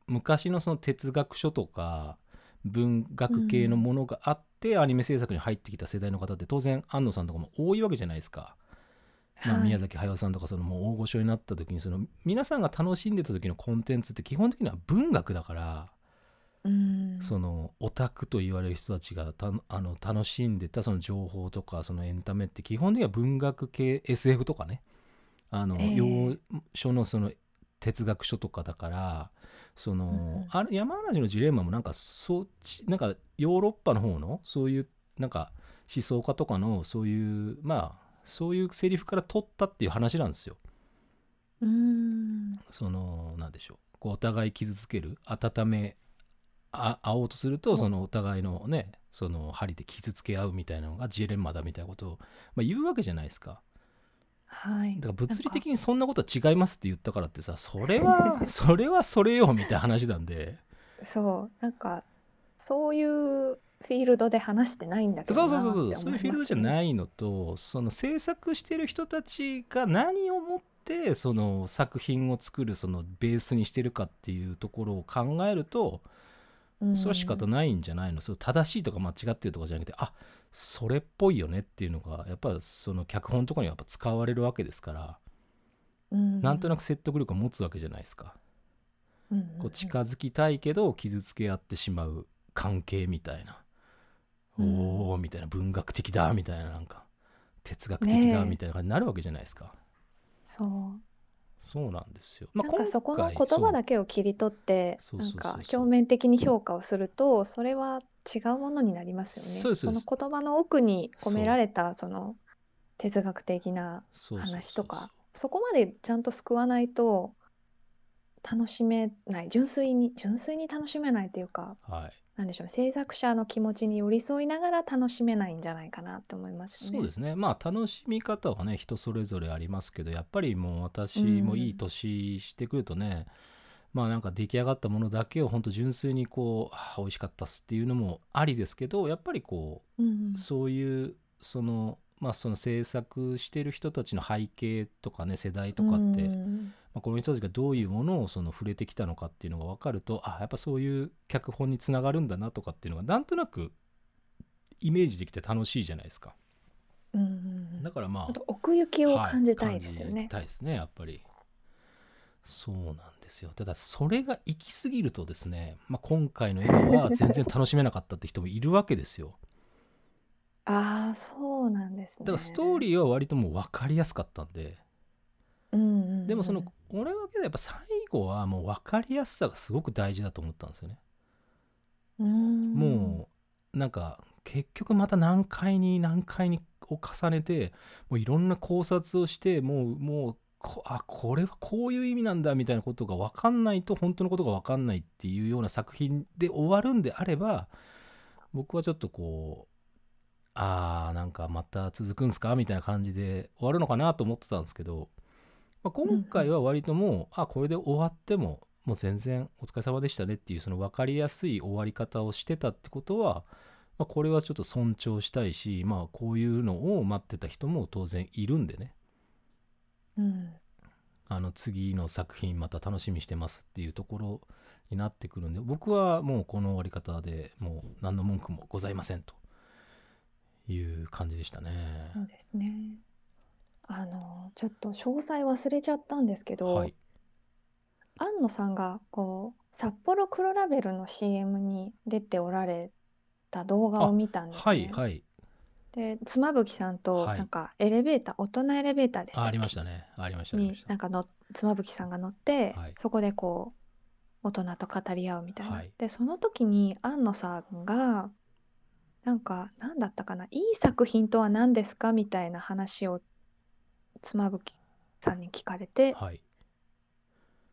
Speaker 1: 昔のその哲学書とか文学系のものがあって、アニメ制作に入ってきた世代の方って当然安野さんとかも多いわけじゃないですか、まあ、
Speaker 2: はい
Speaker 1: 宮崎駿さんとかそのもう大御所になった時にその皆さんが楽しんでた時のコンテンツって基本的には文学だから。
Speaker 2: うん。
Speaker 1: そのオタクと言われる人たちがたあの楽しんでたその情報とかそのエンタメって基本的には文学系 SF とかねあの、
Speaker 2: ええ
Speaker 1: 洋書のその哲学書とかだからその、
Speaker 2: うんうん
Speaker 1: あれ山嵐のジレンマもなんかそっちなんかヨーロッパの方のそういうなんか思想家とかのそういうまあそういうセリフから取ったっていう話なんですよ。
Speaker 2: うん。
Speaker 1: そのなんでしょうこうお互い傷つける温めあ会おうとすると
Speaker 2: うん
Speaker 1: そのお互いのねその針で傷つけ合うみたいなのがジレンマだみたいなことを、まあ、言うわけじゃないですか
Speaker 2: はい
Speaker 1: だ。から物理的にそんなことは違いますって言ったからってさそれは それはそれよみたいな話なん で
Speaker 2: そう。なんか、そういうフィールドで話してないんだけ
Speaker 1: そ
Speaker 2: ど
Speaker 1: うそ
Speaker 2: な
Speaker 1: う
Speaker 2: ー
Speaker 1: そ
Speaker 2: っ
Speaker 1: う
Speaker 2: て
Speaker 1: そうそ
Speaker 2: 思
Speaker 1: ういうフィールドじゃ
Speaker 2: い
Speaker 1: ないのとその制作してる人たちが何をもっってその作品を作るそのベースにしてるかっていうところを考えると
Speaker 2: うん
Speaker 1: それは仕方ないんじゃないのそれ正しいとか間違ってるとかじゃなくてあそれっぽいよねっていうのがやっぱその脚本とかにはやっぱ使われるわけですから
Speaker 2: うん
Speaker 1: なんと
Speaker 2: な
Speaker 1: なく説得力を持つわけじゃないですか。
Speaker 2: く
Speaker 1: こう近づきたいけど傷つけ合ってしまう関係みたいな、
Speaker 2: うん
Speaker 1: おおみたいな文学的だみたいななんか哲学的だ
Speaker 2: ねえ
Speaker 1: みたいな感じになるわけじゃないですか。
Speaker 2: そう
Speaker 1: そうなんですよ。ま
Speaker 2: なんかそこの言葉だけを切り取って
Speaker 1: そう
Speaker 2: なん
Speaker 1: そう
Speaker 2: か
Speaker 1: そうそう
Speaker 2: 表面的に評価をするとそれは違うものになりますよね。
Speaker 1: そうですそうです
Speaker 2: その言葉の奥に込
Speaker 1: そう
Speaker 2: められたその哲学的な
Speaker 1: そう
Speaker 2: 話とかそこまでちゃんと救わないと楽しめない純粋に純粋に楽しめないというか
Speaker 1: はい、
Speaker 2: なんでしょうね制作者の気持ちに寄り添いながら楽しめないんじゃないかなって思いますよね。
Speaker 1: そうですねまあ楽しみ方はね人それぞれありますけどやっぱりもう私
Speaker 2: うん
Speaker 1: もいい年してくるとね、まあなんか出来上がったものだけを本当純粋にこうあー美味しかったっすっていうのもありですけどやっぱりこう
Speaker 2: うん
Speaker 1: そういうそのまあその制作してる人たちの背景とかね世代とかって、
Speaker 2: う
Speaker 1: ま
Speaker 2: ん
Speaker 1: あ、この人たちがどういうものをその触れてきたのかっていうのが分かるとあやっぱそういう脚本につながるんだなとかっていうのがなんとなくイメージできて楽しいじゃないですか
Speaker 2: うんうん
Speaker 1: だからま
Speaker 2: あ
Speaker 1: あ
Speaker 2: と奥行きを
Speaker 1: はい
Speaker 2: 感じたいですよ
Speaker 1: 感じ
Speaker 2: ね。
Speaker 1: たいですねやっぱりそうなんですよただそれが行き過ぎるとですね、まあ、今回の映画は全然楽しめなかったって人もいるわけです よ
Speaker 2: ああ、そうなんです
Speaker 1: だ
Speaker 2: ね。
Speaker 1: からストーリーは割ともう分かりやすかったんで
Speaker 2: ー、うんうんうん
Speaker 1: でもその、俺はけどやっぱ最後はもう分かりやすさがすごく大事だと思ったんですよね。
Speaker 2: うん
Speaker 1: もうなんか結局また何回に何回にを重ねてもういろんな考察をしてもうもうこあこれはこういう意味なんだみたいなことが分かんないと本当のことが分かんないっていうような作品で終わるんであれば僕はちょっとこうあーなんかまた続くんすかみたいな感じで終わるのかなと思ってたんですけど、まあ、今回は割ともう、あこれで終わってももう全然お疲れ様でしたねっていうその分かりやすい終わり方をしてたってことは、まあ、これはちょっと尊重したいし、まあ、こういうのを待ってた人も当然いるんでね
Speaker 2: うん、
Speaker 1: あの次の作品また楽しみにしてますっていうところになってくるんで僕はもうこの終わり方でもう何の文句もございませんという感じでしたね。
Speaker 2: そうですね。あの、ちょっと詳細忘れちゃったんですけど、
Speaker 1: はい、
Speaker 2: 庵野さんがこう札幌黒ラベルの CM に出ておられた動画を見たんです
Speaker 1: はい、
Speaker 2: ね。
Speaker 1: はい、
Speaker 2: で、妻夫木さんと
Speaker 1: はい
Speaker 2: なんかエレベーター、大人エレベーターでした
Speaker 1: あ
Speaker 2: っ
Speaker 1: ありま
Speaker 2: け
Speaker 1: したね。ありました。ありま
Speaker 2: に
Speaker 1: し
Speaker 2: なんかの妻夫木さんが乗って、
Speaker 1: はい
Speaker 2: そこでこう大人と語り合うみたいな、
Speaker 1: はい
Speaker 2: でその時に庵野さんがなんか何だったかないい作品とは何ですかみたいな話を妻夫木さんに聞かれて
Speaker 1: た。はい。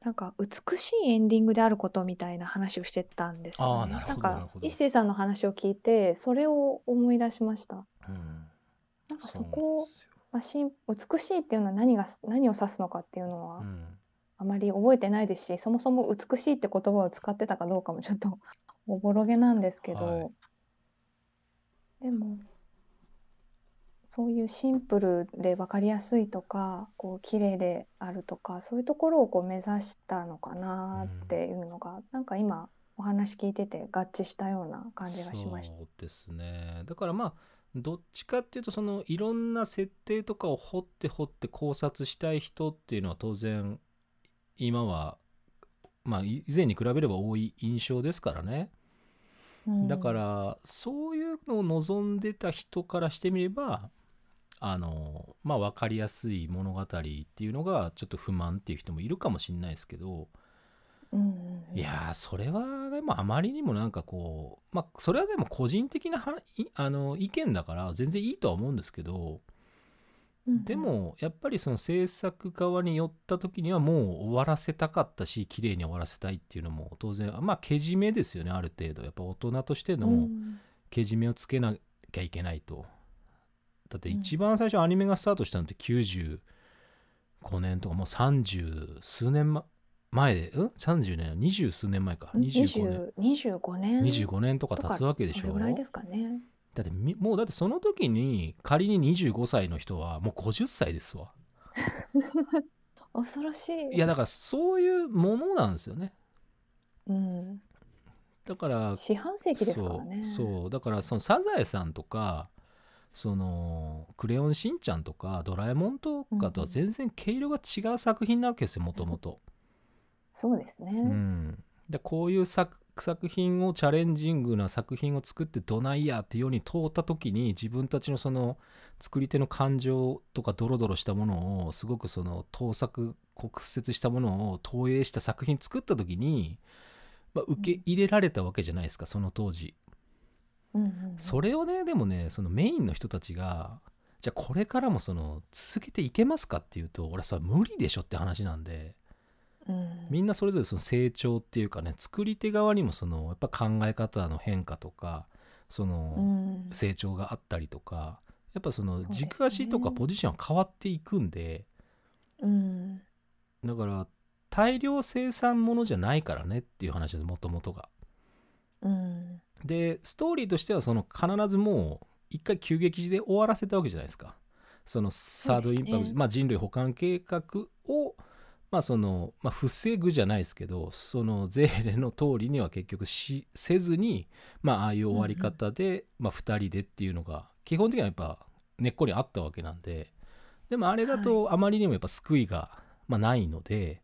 Speaker 2: なんか美しいエンディングであることみたいな話をしてたんです
Speaker 1: あ
Speaker 2: よ
Speaker 1: ー
Speaker 2: ね。
Speaker 1: なるほど
Speaker 2: ん
Speaker 1: なる
Speaker 2: か
Speaker 1: ほど
Speaker 2: 一星さんの話を聞いてそれを思い出しました。
Speaker 1: うん。
Speaker 2: なんかそうこ
Speaker 1: なん
Speaker 2: を
Speaker 1: ですよ
Speaker 2: まあしん美しいっていうのは何が何を指すのかっていうのは、
Speaker 1: うん
Speaker 2: あまり覚えてないですし、そもそも美しいって言葉を使ってたかどうかもちょっと おぼろげなんですけ
Speaker 1: は
Speaker 2: ど、でも、そういうシンプルで分かりやすいとか、こう綺麗であるとか、そういうところをこう目指したのかなっていうのが、なんか今お話聞いてて合致したような感じがしました。
Speaker 1: そうですねだからまあどっちかっていうとそのいろんな設定とかを掘って掘って考察したい人っていうのは当然今はまあ以前に比べれば多い印象ですからね、
Speaker 2: うん
Speaker 1: だからそういうのを望んでた人からしてみればあのまあ分かりやすい物語っていうのがちょっと不満っていう人もいるかもしれないですけど、
Speaker 2: うんうんうん
Speaker 1: いやーそれはでもあまりにもなんかこうまあそれはでも個人的なはいあの意見だから全然いいとは思うんですけど
Speaker 2: うんうん
Speaker 1: でもやっぱりその制作側に寄った時にはもう終わらせたかったし綺麗に終わらせたいっていうのも当然まあけじめですよねある程度やっぱ大人として
Speaker 2: う
Speaker 1: の
Speaker 2: ん
Speaker 1: けじめをつけなきゃいけないとだって一番最初アニメがスタートしたのって95年とかもう30数年ま前でうん30年二十数年前か25年
Speaker 2: 20 25年
Speaker 1: 25年とか
Speaker 2: とか
Speaker 1: 経つわけでし
Speaker 2: それ
Speaker 1: ょ
Speaker 2: ぐらいですかね。
Speaker 1: だってみもうだってその時に仮に25歳の人はもう50歳ですわ
Speaker 2: 恐ろしい。
Speaker 1: いやだからそういうものなんですよね
Speaker 2: うん、
Speaker 1: だから
Speaker 2: 四半世紀ですからね。
Speaker 1: そうそうだからその「サザエさん」とか「そのクレヨンしんちゃん」とか「ドラえもん」とかとは全然毛色が違う作品なわけですよもともと。
Speaker 2: そうですね。
Speaker 1: うんでこういう作作品をチャレンジングな作品を作ってどないやって世に通った時に自分たちのその作り手の感情とかドロドロしたものをすごくその盗作屈折したものを投影した作品作った時に、まあ、受け入れられたわけじゃないですかその当時。
Speaker 2: うんうんうん
Speaker 1: それをねでもねそのメインの人たちがじゃあこれからもその続けていけますかっていうと俺はそれは無理でしょって話なんで
Speaker 2: うん
Speaker 1: みんなそれぞれその成長っていうかね作り手側にもそのやっぱ考え方の変化とかその
Speaker 2: うん
Speaker 1: 成長があったりとかやっぱその
Speaker 2: そうですね
Speaker 1: 軸足とかポジションは変わっていくんで
Speaker 2: うん
Speaker 1: だから大量生産ものじゃないからねっていう話ですもともとが。
Speaker 2: うん
Speaker 1: でストーリーとしてはその必ずもう一回急激で終わらせたわけじゃないですかそのサードインパ
Speaker 2: そ
Speaker 1: ク
Speaker 2: うで
Speaker 1: ト、
Speaker 2: すね
Speaker 1: まあ、人類保管計画をまあその、まあ、防ぐじゃないですけどそのゼーレの通りには結局しせずに、まあ、ああいう終わり方で、まあ、2人でっていうのが基本的にはやっぱ根っこにあったわけなんででもあれだとあまりにもやっぱ救いが、まあ、ないので、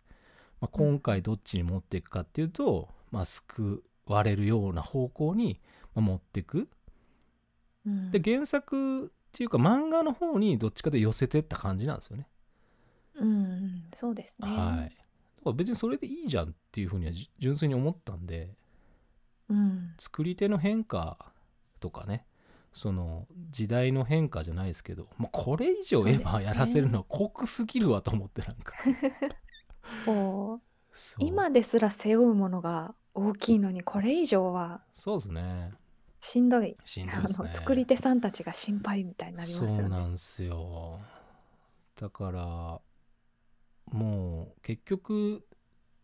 Speaker 1: まあ、今回どっちに持っていくかっていうと、まあ、救われるような方向にまあ持っていく
Speaker 2: うん
Speaker 1: で原作っていうか漫画の方にどっちかで寄せてった感じなんですよね。
Speaker 2: うんそうですね。
Speaker 1: はい、だから別にそれでいいじゃんっていうふうにはじ純粋に思ったんで
Speaker 2: うん
Speaker 1: 作り手の変化とかねその時代の変化じゃないですけど、まあ、これ以上エヴ
Speaker 2: そうです
Speaker 1: ァ
Speaker 2: ね
Speaker 1: やらせるのは酷すぎるわと思ってなんか
Speaker 2: こう
Speaker 1: そう
Speaker 2: 今ですら背負うものが大きいのにこれ以上は
Speaker 1: そうですね
Speaker 2: しんどい。
Speaker 1: しんどい
Speaker 2: あ
Speaker 1: です
Speaker 2: の
Speaker 1: ね
Speaker 2: 作り手さんたちが心配みたいになります
Speaker 1: そ
Speaker 2: よね。
Speaker 1: うなんですよだからもう結局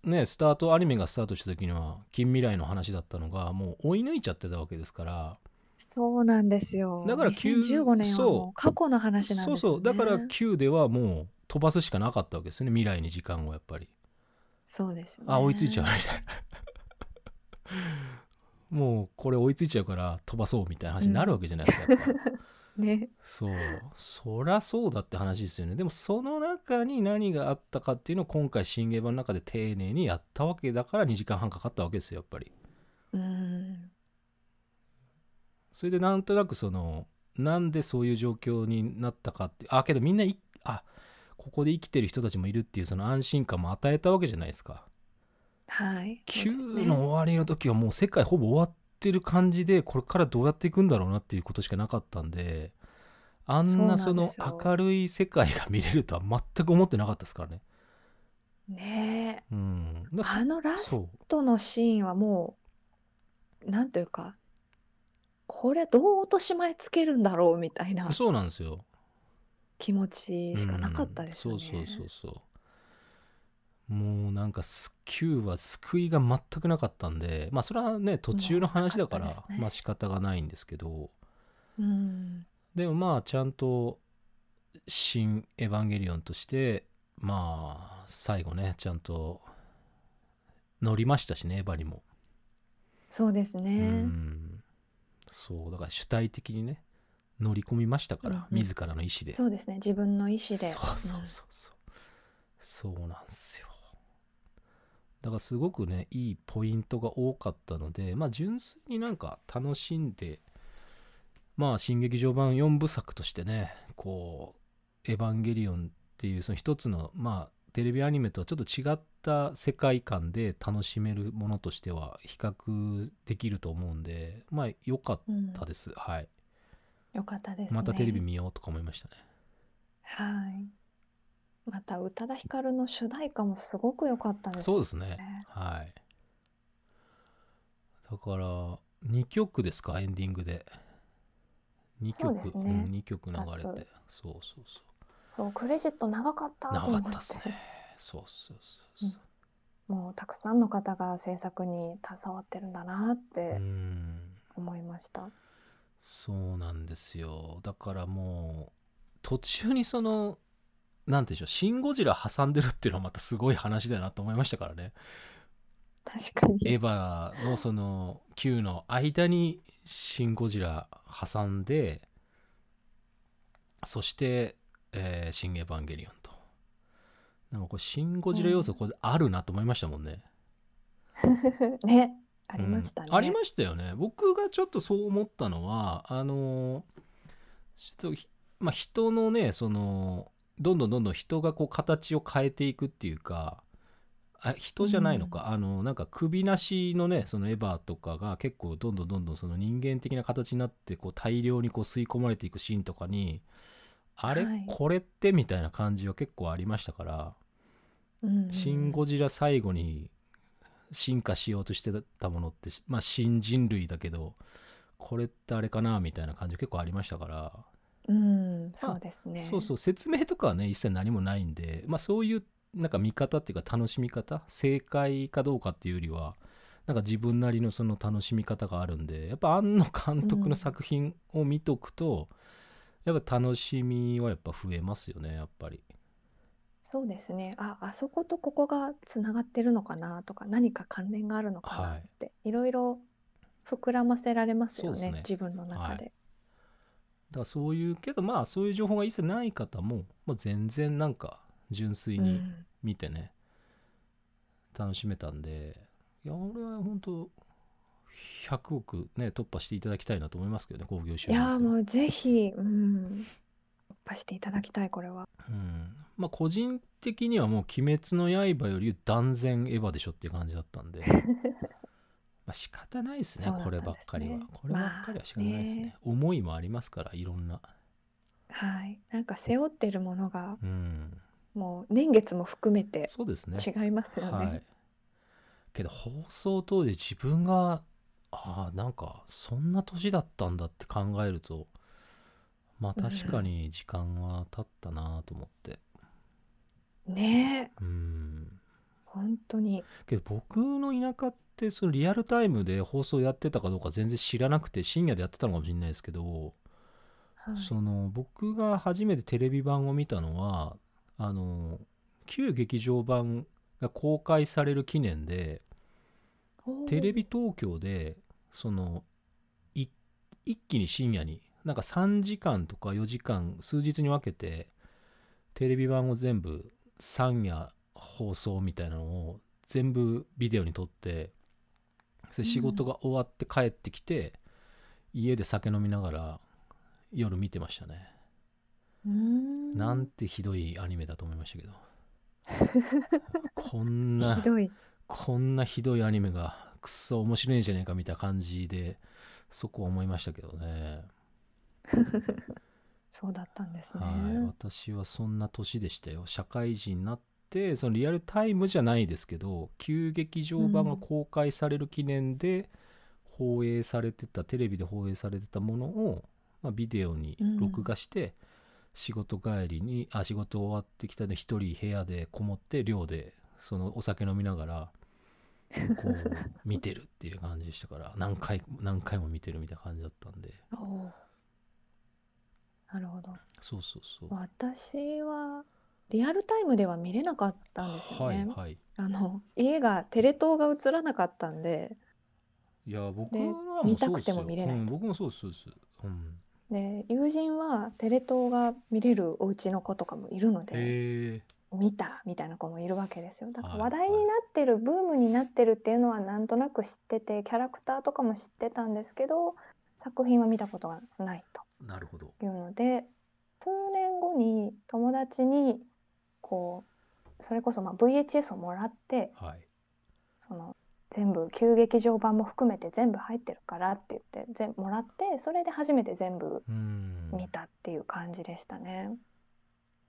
Speaker 1: ねスタートアニメがスタートした時には近未来の話だったのがもう追い抜いちゃってたわけですから
Speaker 2: そうなんですよ。
Speaker 1: だから急
Speaker 2: 2015年は
Speaker 1: そ
Speaker 2: も
Speaker 1: う
Speaker 2: う過去の話なんです
Speaker 1: そ
Speaker 2: よ
Speaker 1: う
Speaker 2: ね。
Speaker 1: そうだから9ではもう飛ばすしかなかったわけですよね未来に時間をやっぱり
Speaker 2: そうですよね。
Speaker 1: あ追いついちゃうみたいな もうこれ追いついちゃうから飛ばそうみたいな話になるわけじゃないですか、やっぱ
Speaker 2: う。ね。
Speaker 1: そうそりゃそうだって話ですよねでもその中に何があったかっていうのを今回新芸版の中で丁寧にやったわけだから2時間半かかったわけですよやっぱり
Speaker 2: うん。
Speaker 1: それでなんとなくそのなんでそういう状況になったかってあけどみんないあここで生きてる人たちもいるっていうその安心感も与えたわけじゃないですか
Speaker 2: はい。そうですね
Speaker 1: 9の終わりの時はもう世界ほぼ終わってる感じでこれからどうやっていくんだろうなっていうことしかなかったんであんな
Speaker 2: そ
Speaker 1: そう
Speaker 2: なん
Speaker 1: の
Speaker 2: ですよ
Speaker 1: 明るい世界が見れるとは全く思ってなかったですからね。
Speaker 2: ねえ。
Speaker 1: うん、だから
Speaker 2: あのラストのシーンはもう、なんというか、これどう落とし前つけるんだろうみたいな
Speaker 1: そそうなんですよ。
Speaker 2: 気持ちしかなかったですよね。
Speaker 1: うんそうそうそうそう。もうなんかす9は救いが全くなかったんでまあそれはね途中の話だから
Speaker 2: なかったですね
Speaker 1: まあ仕方がないんですけど。
Speaker 2: うん。
Speaker 1: でもまあちゃんと「新エヴァンゲリオン」としてまあ最後ねちゃんと乗りましたしねエヴァにも。
Speaker 2: そうです
Speaker 1: う
Speaker 2: ね。
Speaker 1: んそうだから主体的にね乗り込みましたから、
Speaker 2: うんうん
Speaker 1: 自らの意思で。
Speaker 2: そうですね。自分の意思で。
Speaker 1: そうそうそうそう、そうなんですよだからすごくねいいポイントが多かったのでまあ純粋になんか楽しんでまあ新劇場版4部作としてねこう「エヴァンゲリオン」っていうその一つのまあテレビアニメとはちょっと違った世界観で楽しめるものとしては比較できると思うんでまあ良かっ
Speaker 2: うん。うん
Speaker 1: たです、はい
Speaker 2: よかったですね。
Speaker 1: またテレビ見ようとか思いましたね
Speaker 2: はい。また宇多田ヒカルの主題歌もすごく良かったです
Speaker 1: そうですね
Speaker 2: ね。
Speaker 1: はい。だから、2曲ですか、エンディングで。2
Speaker 2: そう
Speaker 1: 曲、
Speaker 2: ですね
Speaker 1: うん、2曲流れて。
Speaker 2: 二
Speaker 1: そう
Speaker 2: つ
Speaker 1: そうそう。
Speaker 2: そう、クレジット長かったと
Speaker 1: 長
Speaker 2: 思
Speaker 1: かっ
Speaker 2: っ
Speaker 1: てたっすね。そうそうそうそう。
Speaker 2: もうたくさんの方が制作に携わってるんだなっ
Speaker 1: う
Speaker 2: て
Speaker 1: ん。
Speaker 2: 思いました。
Speaker 1: そうなんですよ。だからもう、途中にその、なんていうんでしょう「シン・ゴジラ」挟んでるっていうのはまたすごい話だなと思いましたからね。
Speaker 2: 確かに。
Speaker 1: エヴァのその Q の間に「シン・ゴジラ」挟んでそして「えーシン・エヴァンゲリオン」と。なんかこれ「シン・ゴジラ」要素これあるなと思いましたもんね。
Speaker 2: ね、ありましたね。
Speaker 1: うんありましたよね僕がちょっとそう思ったのはあのちょっとひまあ人のねそのどんどんどんどん人がこう形を変えていくっていうかあ人じゃないのか、あのなんか首なしのねそのエヴァとかが結構どんどんどんどんその人間的な形になってこう大量にこう吸い込まれていくシーンとかにあれ、
Speaker 2: はい
Speaker 1: これってみたいな感じは結構ありましたから。
Speaker 2: うんうん
Speaker 1: シン・ゴジラ最後に進化しようとしてたものって、まあ、新人類だけどこれってあれかなみたいな感じ結構ありましたから、
Speaker 2: うん、そうですね。
Speaker 1: そうそう説明とかはね一切何もないんで、まあ、そういうなんか見方っていうか楽しみ方正解かどうかっていうよりはなんか自分なりのその楽しみ方があるんでやっぱ庵野監督
Speaker 2: うん
Speaker 1: の作品を見とくと、やっぱ楽しみはやっぱ増えますよねやっぱり。
Speaker 2: そうですね。あ、あそことここがつながってるのかなとか、何か関連があるのかな
Speaker 1: はい
Speaker 2: って、いろいろ膨らませられますよ
Speaker 1: そうです
Speaker 2: ね、
Speaker 1: ね
Speaker 2: 自分の中で。
Speaker 1: だからそういうけどまあそういう情報が一切ない方も、まあ、全然なんか純粋に見てね、楽しめたんでいや俺は本当100億ね突破していただきたいなと思いますけどね興行収
Speaker 2: うん、いやー、も
Speaker 1: う、
Speaker 2: うぜひ、うん、突破していただきたい、これは。
Speaker 1: うん、まあ個人的にはもう「鬼滅の刃」より断然エヴァでしょっていう感じだったん でまあ仕方ないですね
Speaker 2: そうなん
Speaker 1: こればっかりは、
Speaker 2: ですね
Speaker 1: こればっかりは仕方ないですね,、
Speaker 2: まあね
Speaker 1: 思いもありますからいろんな
Speaker 2: はい。なんか背負ってるものが、
Speaker 1: うん
Speaker 2: もう年月も含めて
Speaker 1: そうですね
Speaker 2: 違いますよ
Speaker 1: は
Speaker 2: ね
Speaker 1: い。、けど放送当時自分がああなんかそんな年だったんだって考えるとまあ
Speaker 2: うん
Speaker 1: 確かに時間は経ったなと思って
Speaker 2: ねえ、
Speaker 1: うん
Speaker 2: 本当に。
Speaker 1: けど僕の田舎ってそのリアルタイムで放送やってたかどうか全然知らなくて深夜でやってたのかもしれないですけど、
Speaker 2: はい
Speaker 1: その僕が初めてテレビ版を見たのはあの旧劇場版が公開される記念で
Speaker 2: おー
Speaker 1: テレビ東京でそのい一気に深夜になんか3時間とか4時間数日に分けてテレビ版を全部3夜放送みたいなのを全部ビデオに撮ってそれ仕事が終わって帰ってきて、家で酒飲みながら夜見てましたね、
Speaker 2: うーん
Speaker 1: なんてひどいアニメだと思いましたけどこんな
Speaker 2: ひどい。
Speaker 1: こんなひどいアニメがくっそ面白いんじゃねえかみたいな感じでそこは思いましたけどね、
Speaker 2: そうだったんですね。
Speaker 1: はい私はそんな年でしたよ社会人になってそのリアルタイムじゃないですけど急劇場版が公開される記念で放映されてた、テレビで放映されてたものを、まあ、ビデオに
Speaker 2: うん
Speaker 1: 録画して、仕事帰りにあ仕事終わってきたので一人部屋でこもって寮でそのお酒飲みながら こう見てるっていう感じでしたから何回何回も見てるみたいな感じだったんで
Speaker 2: おーなるほど。
Speaker 1: そうそうそう
Speaker 2: 私はリアルタイムでは見れなかったんですよね。
Speaker 1: はいはい
Speaker 2: あの家がテレ東が映らなかったんで、
Speaker 1: いや僕
Speaker 2: で
Speaker 1: は
Speaker 2: 見
Speaker 1: う
Speaker 2: た
Speaker 1: そう
Speaker 2: く
Speaker 1: です
Speaker 2: て
Speaker 1: よ、
Speaker 2: も見れない
Speaker 1: うん、僕もそうですそうです、うん、
Speaker 2: で友人はテレ東が見れるお家の子とかもいるので、
Speaker 1: へえ
Speaker 2: 見たみたいな子もいるわけですよ。だから
Speaker 1: は
Speaker 2: 話
Speaker 1: い
Speaker 2: 題になってる、ブームになってるっていうのはなんとなく知ってて、キャラクターとかも知ってたんですけど、作品は見たことがないと。
Speaker 1: なるほど
Speaker 2: いうので数年後に友達にこうそれこそまあ VHS をもらって
Speaker 1: はい
Speaker 2: その全部旧劇場版も含めて全部入ってるからって言って全部もらってそれで初めて全部
Speaker 1: うん
Speaker 2: 見たっていう感じでしたね、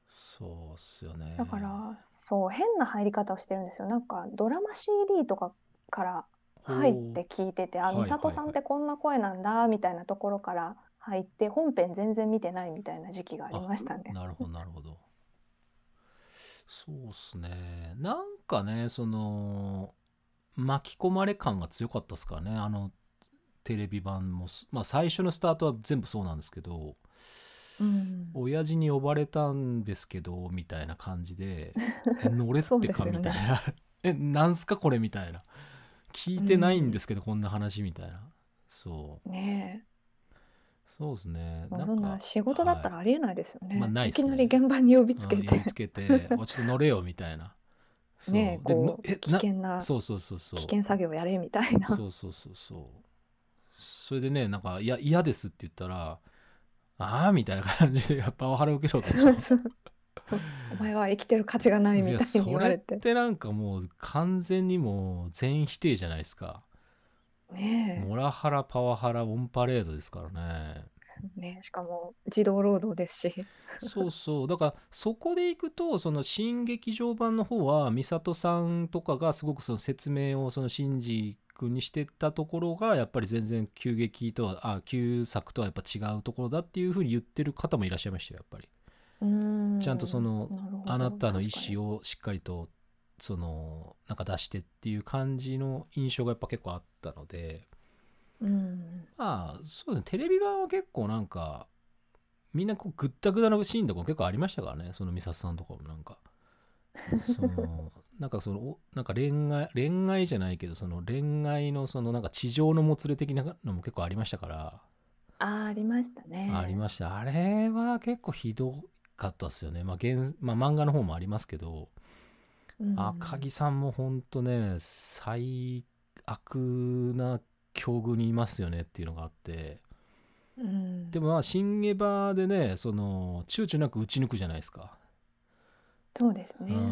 Speaker 1: そうっすよね
Speaker 2: だからそう変な入り方をしてるんですよなんかドラマ CD とかから入って聞いててあ
Speaker 1: はいはい
Speaker 2: 美里さんってこんな声なんだみたいなところから入って本編全然見てないみたいな時期がありましたね。
Speaker 1: なるほどなるほどそうっすねなんかねその巻き込まれ感が強かったっすからねあのテレビ版もすまあ最初のスタートは全部そうなんですけど
Speaker 2: うん
Speaker 1: 親父に呼ばれたんですけどみたいな感じ で「え乗れっ
Speaker 2: そう
Speaker 1: て
Speaker 2: です
Speaker 1: か」
Speaker 2: よね
Speaker 1: みたいな 「えなんすかこれ」みたいな聞いてないんですけど、こんな話みたいなそう
Speaker 2: ね
Speaker 1: そうですね
Speaker 2: え、まあ、
Speaker 1: な
Speaker 2: そん
Speaker 1: ん
Speaker 2: な
Speaker 1: か
Speaker 2: 仕事だったらありえないですよね。
Speaker 1: まあないっ
Speaker 2: い
Speaker 1: す
Speaker 2: き
Speaker 1: ね
Speaker 2: なり現場に呼びつけ
Speaker 1: うん呼
Speaker 2: て
Speaker 1: び、つけ て「おちょっと乗れよ」みたいなそう
Speaker 2: ねえ、
Speaker 1: で
Speaker 2: こ
Speaker 1: の
Speaker 2: う、
Speaker 1: え
Speaker 2: 危
Speaker 1: な
Speaker 2: 険な、
Speaker 1: そうそうそうそう
Speaker 2: 危険作業やれみたいな。
Speaker 1: そうそうそうそうそれでねなんか「いや嫌です」って言ったら「ああ」みたいな感じでやっぱパワハラ受けろと
Speaker 2: そうお前は生きてる価値がないみ
Speaker 1: いや
Speaker 2: たいに言
Speaker 1: そ
Speaker 2: わ
Speaker 1: れ
Speaker 2: れ。
Speaker 1: っててなんかもう完全にもう全否定じゃないですか
Speaker 2: ね
Speaker 1: モラハラパワハラオンパレードですから ね
Speaker 2: え、ねえ、しかも児童労働ですし。
Speaker 1: そうそうだからそこでいくとその新劇場版の方は美里さんとかがすごくその説明をその新次君にしてたところがやっぱり全然急激とはあ旧作とはやっぱ違うところだっていうふうに言ってる方もいらっしゃいましたよやっぱり
Speaker 2: うーん
Speaker 1: ちゃんとその
Speaker 2: るほど
Speaker 1: あなたの意
Speaker 2: 確かに
Speaker 1: 思をしっかりとそのなんか出してっていう感じの印象がやっぱ結構あったので
Speaker 2: うん
Speaker 1: まあそうですねテレビ版は結構なんかみんなこうぐったぐだのシーンとかも結構ありましたからねその美里さんとかもなんかそ のなんかそのおなんか恋愛恋愛じゃないけどその恋愛のそのなんか地上のもつれ的なのも結構ありましたから、
Speaker 2: あーありましたね。
Speaker 1: ありましたあれは結構ひどかったですよねまあ原まあ漫画の方もありますけど
Speaker 2: うん
Speaker 1: 赤木さんもほんとね最悪な境遇にいますよねっていうのがあって
Speaker 2: うん
Speaker 1: でもまあ新エヴァでねその躊躇なく打ち抜くじゃないですか、
Speaker 2: そうですね。
Speaker 1: うん、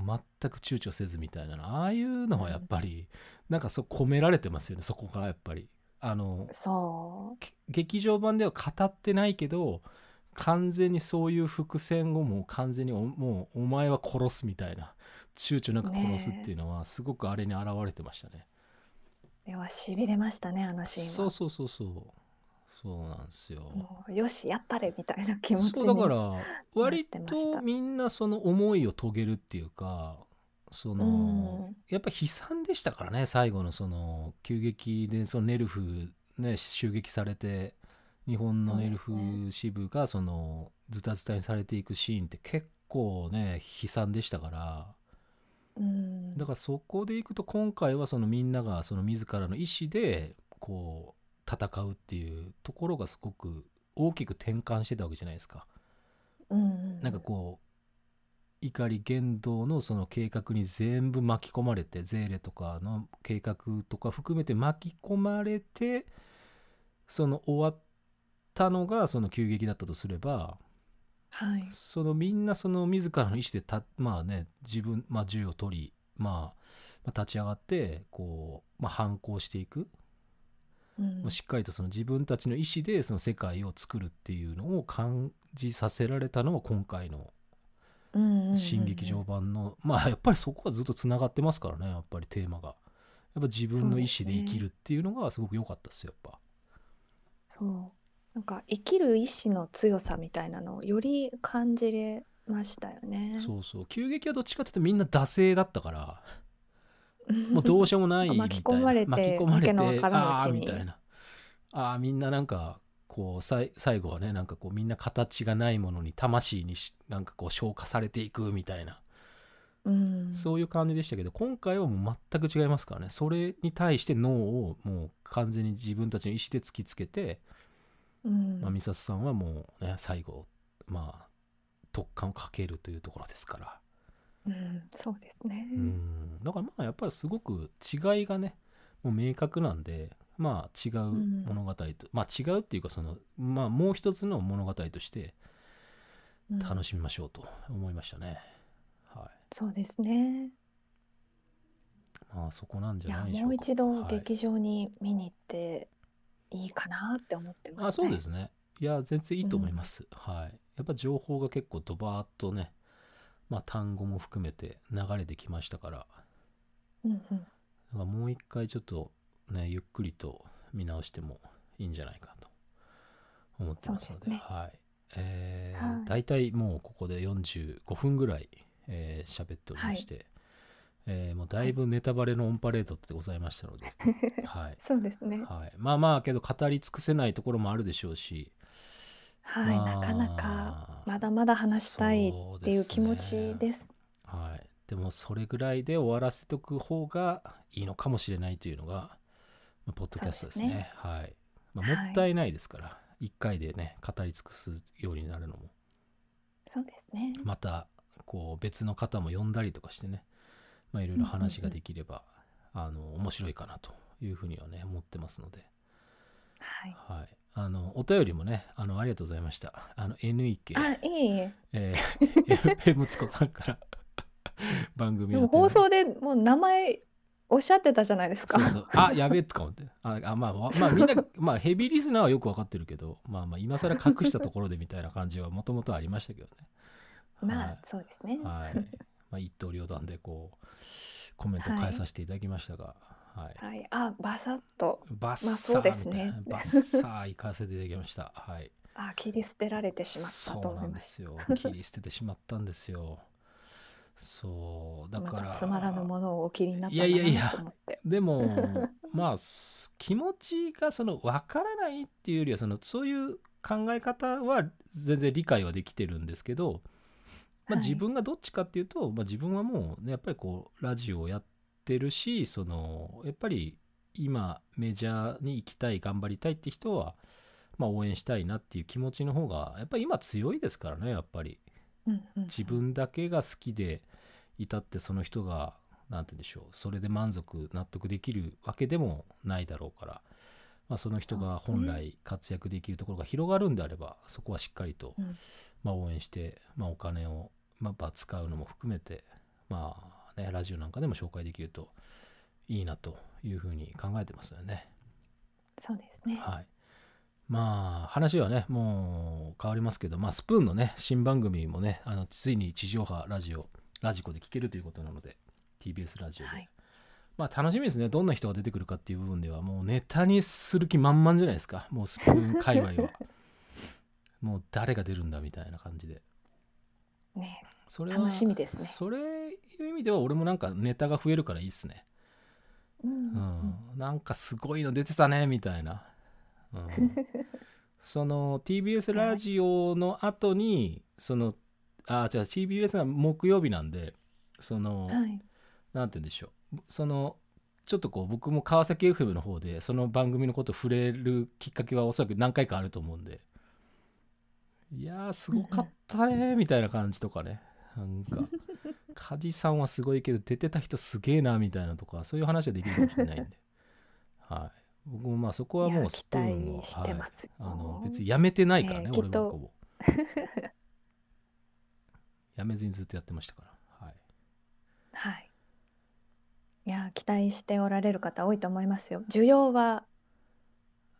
Speaker 1: もう全く躊躇せずみたいなのああいうのはやっぱり、なんかそう込められてますよねそこがやっぱりあの
Speaker 2: そ
Speaker 1: け劇場版では語ってないけど完全にそういう伏線をもう完全におもうお前は殺すみたいな躊躇なく殺すっていうのはすごくあれに現れてましたね
Speaker 2: う。ではしびれましたねあのシーンは。
Speaker 1: そうそうそうそうそうなんですよ、
Speaker 2: もうよしやったれみたいな気持ち
Speaker 1: そうだ
Speaker 2: に
Speaker 1: から割
Speaker 2: なってまし
Speaker 1: と
Speaker 2: た
Speaker 1: みんなその思いを遂げるっていうかその、
Speaker 2: うん
Speaker 1: やっぱ悲惨でしたからね最後のその急激でそのネルフね襲撃されて日本のネル
Speaker 2: そうです
Speaker 1: フ支部がそのズタズタにされていくシーンって結構ね悲惨でしたから
Speaker 2: うん
Speaker 1: だからそこでいくと今回はそのみんながその自らの意思でこう戦うっていうところがすごく大きく転換してたわけじゃないですか。
Speaker 2: うん
Speaker 1: なんかこう怒り言動のその計画に全部巻き込まれてゼーレとかの計画とか含めて巻き込まれてその終わったのがその急激だったとすれば
Speaker 2: はい
Speaker 1: そのみんなその自らの意思でたまあね自分、まあ、銃を取り、まあ、まあ立ち上がってこう、まあ、反抗していく
Speaker 2: うん
Speaker 1: もうしっかりとその自分たちの意思でその世界を作るっていうのを感じさせられたのは今回の
Speaker 2: うんうんうん
Speaker 1: 新劇場版の、まあやっぱりそこはずっとつながってますからねやっぱりテーマがやっぱ自分の意思
Speaker 2: そうです
Speaker 1: で
Speaker 2: ね
Speaker 1: 生きるっていうのがすごく良かったですよやっぱ
Speaker 2: そうなんか生きる意志の強さみたいなのをより感じれましたよね。
Speaker 1: そうそう急激はどっちかっていうとみんな惰性だったから もうどうしようもないみたいな
Speaker 2: 巻き込まれて
Speaker 1: 巻き込まれて
Speaker 2: わけのわからぬうちに
Speaker 1: ああみたいなああみんななんかこうさい最後はねなんかこうみんな形がないものに魂にしなんかこう消化されていくみたいな
Speaker 2: うん
Speaker 1: そういう感じでしたけど今回はもう全く違いますからねそれに対して脳をもう完全に自分たちの意思で突きつけて、
Speaker 2: うん
Speaker 1: まあ、美里さんはもうね最後まあ特感をかけるというところですから、
Speaker 2: うんそうですね。
Speaker 1: うんだからまあやっぱりすごく違いがねもう明確なんでまあ違う物語と、まあ違うっていうかそのまあもう一つの物語として
Speaker 2: うん
Speaker 1: 楽しみましょうと思いましたね、はい
Speaker 2: そうですね。
Speaker 1: まあそこなんじ
Speaker 2: い
Speaker 1: ゃ
Speaker 2: や
Speaker 1: ないでしょうか
Speaker 2: もう一度
Speaker 1: はい
Speaker 2: 劇場に見に行っていいかなって思ってます、ね。
Speaker 1: あそうですね。いや、全然いいと思います。はい。やっぱ情報が結構ドバーッとね、まあ単語も含めて流れてきましたから、
Speaker 2: うんうん
Speaker 1: なんかもう一回ちょっとね、ゆっくりと見直してもいいんじゃないかと思ってますので、
Speaker 2: そうですね
Speaker 1: はい。えー
Speaker 2: はい
Speaker 1: 大体もうここで45分ぐらい喋、えー喋っておりまして、えーもうだいぶネタバレのオンパレードってございましたので、はい。
Speaker 2: そうですね。
Speaker 1: はい、まあまあけど語り尽くせないところもあるでしょうし、
Speaker 2: はい、なかな
Speaker 1: ま
Speaker 2: か
Speaker 1: あ
Speaker 2: まだまだ話したいっ
Speaker 1: そう
Speaker 2: て
Speaker 1: で
Speaker 2: いう
Speaker 1: す
Speaker 2: 気持ち
Speaker 1: ね。
Speaker 2: です。
Speaker 1: はい、でもそれぐらいで終わらせておく方がいいのかもしれないというのが、まあポッドキ
Speaker 2: そう
Speaker 1: ャ
Speaker 2: で
Speaker 1: スト
Speaker 2: す
Speaker 1: です
Speaker 2: ね。
Speaker 1: ね。はい。まあ、もっ
Speaker 2: はい、
Speaker 1: たいないですから、1回でね、語り尽くすようになるのも、
Speaker 2: そうですね。
Speaker 1: また、こう、別の方も呼んだりとかしてね、まあ、いろい
Speaker 2: うん
Speaker 1: ろ
Speaker 2: うん
Speaker 1: 話
Speaker 2: う
Speaker 1: が
Speaker 2: ん。
Speaker 1: できれば、あの、面白いかなというふうにはね、思ってますので、
Speaker 2: はい。
Speaker 1: はい。あの、お便りもね、あの、ありがとうございました。あの、NEK、
Speaker 2: あ、いえいえ。
Speaker 1: えー、FM つこさんから 番組
Speaker 2: で
Speaker 1: 宛
Speaker 2: も
Speaker 1: て
Speaker 2: 放
Speaker 1: の
Speaker 2: 送でもう名前おっしゃってたじゃないです
Speaker 1: そうそ
Speaker 2: か。
Speaker 1: う。あ、やべえとか思って。あ、あまあ、わまあみんな、まあヘビーリスナーはよくわかってるけど、まあまあ今更隠したところでみたいな感じはもともとありましたけどね。
Speaker 2: まあ、
Speaker 1: は
Speaker 2: そうですね。
Speaker 1: い。はい。まあ一刀両断でこう、コメントを
Speaker 2: は
Speaker 1: 返
Speaker 2: い。
Speaker 1: させていただきましたが、はい。
Speaker 2: はい。あ、バサッと。
Speaker 1: バッ
Speaker 2: まあ、そうで
Speaker 1: サー
Speaker 2: す
Speaker 1: みたい
Speaker 2: ね。
Speaker 1: な、バッサー行かせていただきました。はい。
Speaker 2: あ、切り捨てられてしまったと
Speaker 1: そう
Speaker 2: 思
Speaker 1: ないん
Speaker 2: ま。
Speaker 1: ですすよ。切り捨ててしまったんですよ。そう。だ
Speaker 2: ま
Speaker 1: か
Speaker 2: たつまらぬ
Speaker 1: ら、
Speaker 2: ものをお切りになっ
Speaker 1: いや
Speaker 2: たん
Speaker 1: い
Speaker 2: だ
Speaker 1: やい
Speaker 2: なと
Speaker 1: や、
Speaker 2: 思って。
Speaker 1: で も、まあ、す気持ちがその分からないっていうよりは、そのそういう考え方は全然理解はできてるんですけど、まあ、
Speaker 2: は
Speaker 1: 自
Speaker 2: い。
Speaker 1: 分がどっちかっていうと、まあ、自分はもう、ね、やっぱりこうラジオをやってるしそのやっぱり今メジャーに行きたい頑張りたいって人は、まあ、応援したいなっていう気持ちの方がやっぱり今強いですからねやっぱり
Speaker 2: うんうん
Speaker 1: 自
Speaker 2: うん。
Speaker 1: 分だけが好きでいたってその人が何て言うんでしょうそれで満足納得できるわけでもないだろうから、まあ、その人
Speaker 2: そうで
Speaker 1: が
Speaker 2: す
Speaker 1: 本
Speaker 2: ね。
Speaker 1: 来活躍できるところが広がるんであればそこはしっかりと、
Speaker 2: うん。
Speaker 1: まあ、応援して、まあ、お金を、まあ、ば使うのも含めて、まあね、ラジオなんかでも紹介できるといいなというふうに考えてますよね。
Speaker 2: そうですね。
Speaker 1: はいまあ話はねもう変わりますけど、まあ、スプーンのね新番組もねあのついに地上波ラジオラジコで聞けるということなので TBS ラジオ
Speaker 2: は
Speaker 1: で
Speaker 2: い。
Speaker 1: まあ楽しみですねどんな人が出てくるかっていう部分ではもうネタにする気満々じゃないですかもうスプーン界隈 はもう誰が出るんだみたいな感じで
Speaker 2: ね、
Speaker 1: それ
Speaker 2: 楽し
Speaker 1: は
Speaker 2: みですね。
Speaker 1: それいう意味では俺もなんかネタが増えるからいいっすね
Speaker 2: うん
Speaker 1: う
Speaker 2: うんうん。
Speaker 1: んなんかすごいの出てたねみたいなうんその TBS
Speaker 2: は
Speaker 1: ラ
Speaker 2: い。
Speaker 1: ジオの後にそのあじゃあ TBS が木曜日なんでその
Speaker 2: はい。
Speaker 1: なんて言うんでしょうそのちょっとこう僕も川崎 FM の方でその番組のこと触れるきっかけはおそらく何回かあると思うんでいやーす
Speaker 2: うんう
Speaker 1: ごかっ
Speaker 2: ん。
Speaker 1: たねみたいな感じとかねなんか梶さんはすごいけど出てた人すげえなみたいなとかそういう話はできるかもしれないんで。はい。僕もまあそこはいも
Speaker 2: や、
Speaker 1: うス
Speaker 2: 期
Speaker 1: プーン
Speaker 2: 待
Speaker 1: を、
Speaker 2: して
Speaker 1: はい。
Speaker 2: ます
Speaker 1: あの、
Speaker 2: よ。
Speaker 1: 別にやめてないから
Speaker 2: ねえ、
Speaker 1: ね、
Speaker 2: きっ
Speaker 1: 俺なんか
Speaker 2: と。
Speaker 1: も。やめずにずっとやってましたから。はい。
Speaker 2: はい。いや、期待しておられる方多いと思いますよ。需要は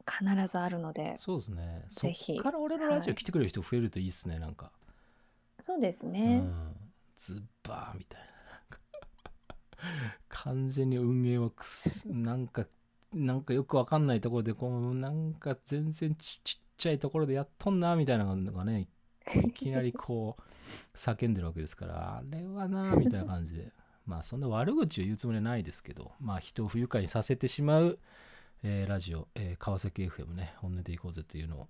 Speaker 2: 必ずあるので、
Speaker 1: そうですね。そ
Speaker 2: ぜ
Speaker 1: っ
Speaker 2: ひ。
Speaker 1: から俺のラ
Speaker 2: は
Speaker 1: ジオ
Speaker 2: い。
Speaker 1: 来てくれる人増えるといいっすね、なんか。
Speaker 2: そうです
Speaker 1: う
Speaker 2: ね。
Speaker 1: ん。ズバーみたいな。完全に運営はくす、なんか、なんかよくわかんないところで、こう、なんか全然ち、ちっちゃいところでやっとんな、みたいなのがね、いきなりこう、叫んでるわけですから、あれはな、みたいな感じで。 まあ、そんな悪口を言うつもりはないですけど、まあ、人を不愉快にさせてしまう、えーラジオ、えー川崎 FM ね、本音でいこうぜというのを、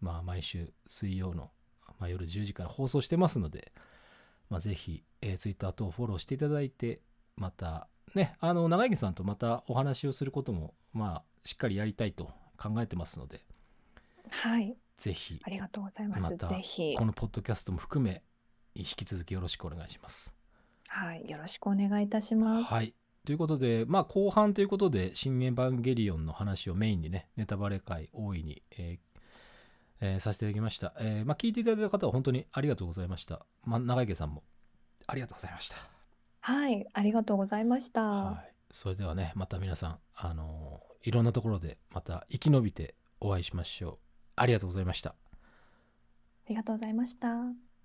Speaker 1: まあ、毎週水曜の、まあ、夜10時から放送してますので、まあ、ぜひ、えー、Twitter 等フォローしていただいて、また、ね、あの、長池さんとまたお話をすることも、まあ、しっかりやりたいと考えてますので、
Speaker 2: はい。
Speaker 1: ぜひ、
Speaker 2: ありがとうございま。
Speaker 1: ます
Speaker 2: ぜ
Speaker 1: た、
Speaker 2: ひ、
Speaker 1: このポッドキャストも含め、引き続きよろしくお願いします。
Speaker 2: はい。よろしくお願いいたします。
Speaker 1: はい。ということで、まあ、後半ということで、新エヴァンゲリオンの話をメインにね、ネタバレ会大いに、えーえーさせていただきました。えーまあ、聞いていただいた方は本当にありがとうございました。まあ、長池さんもありがとうございました。
Speaker 2: はい。ありがとうございました。
Speaker 1: はい。それではね、また皆さん、あのーいろんなところでまた生き延びてお会いしましょう。ありがとうございました。
Speaker 2: ありがとうございました。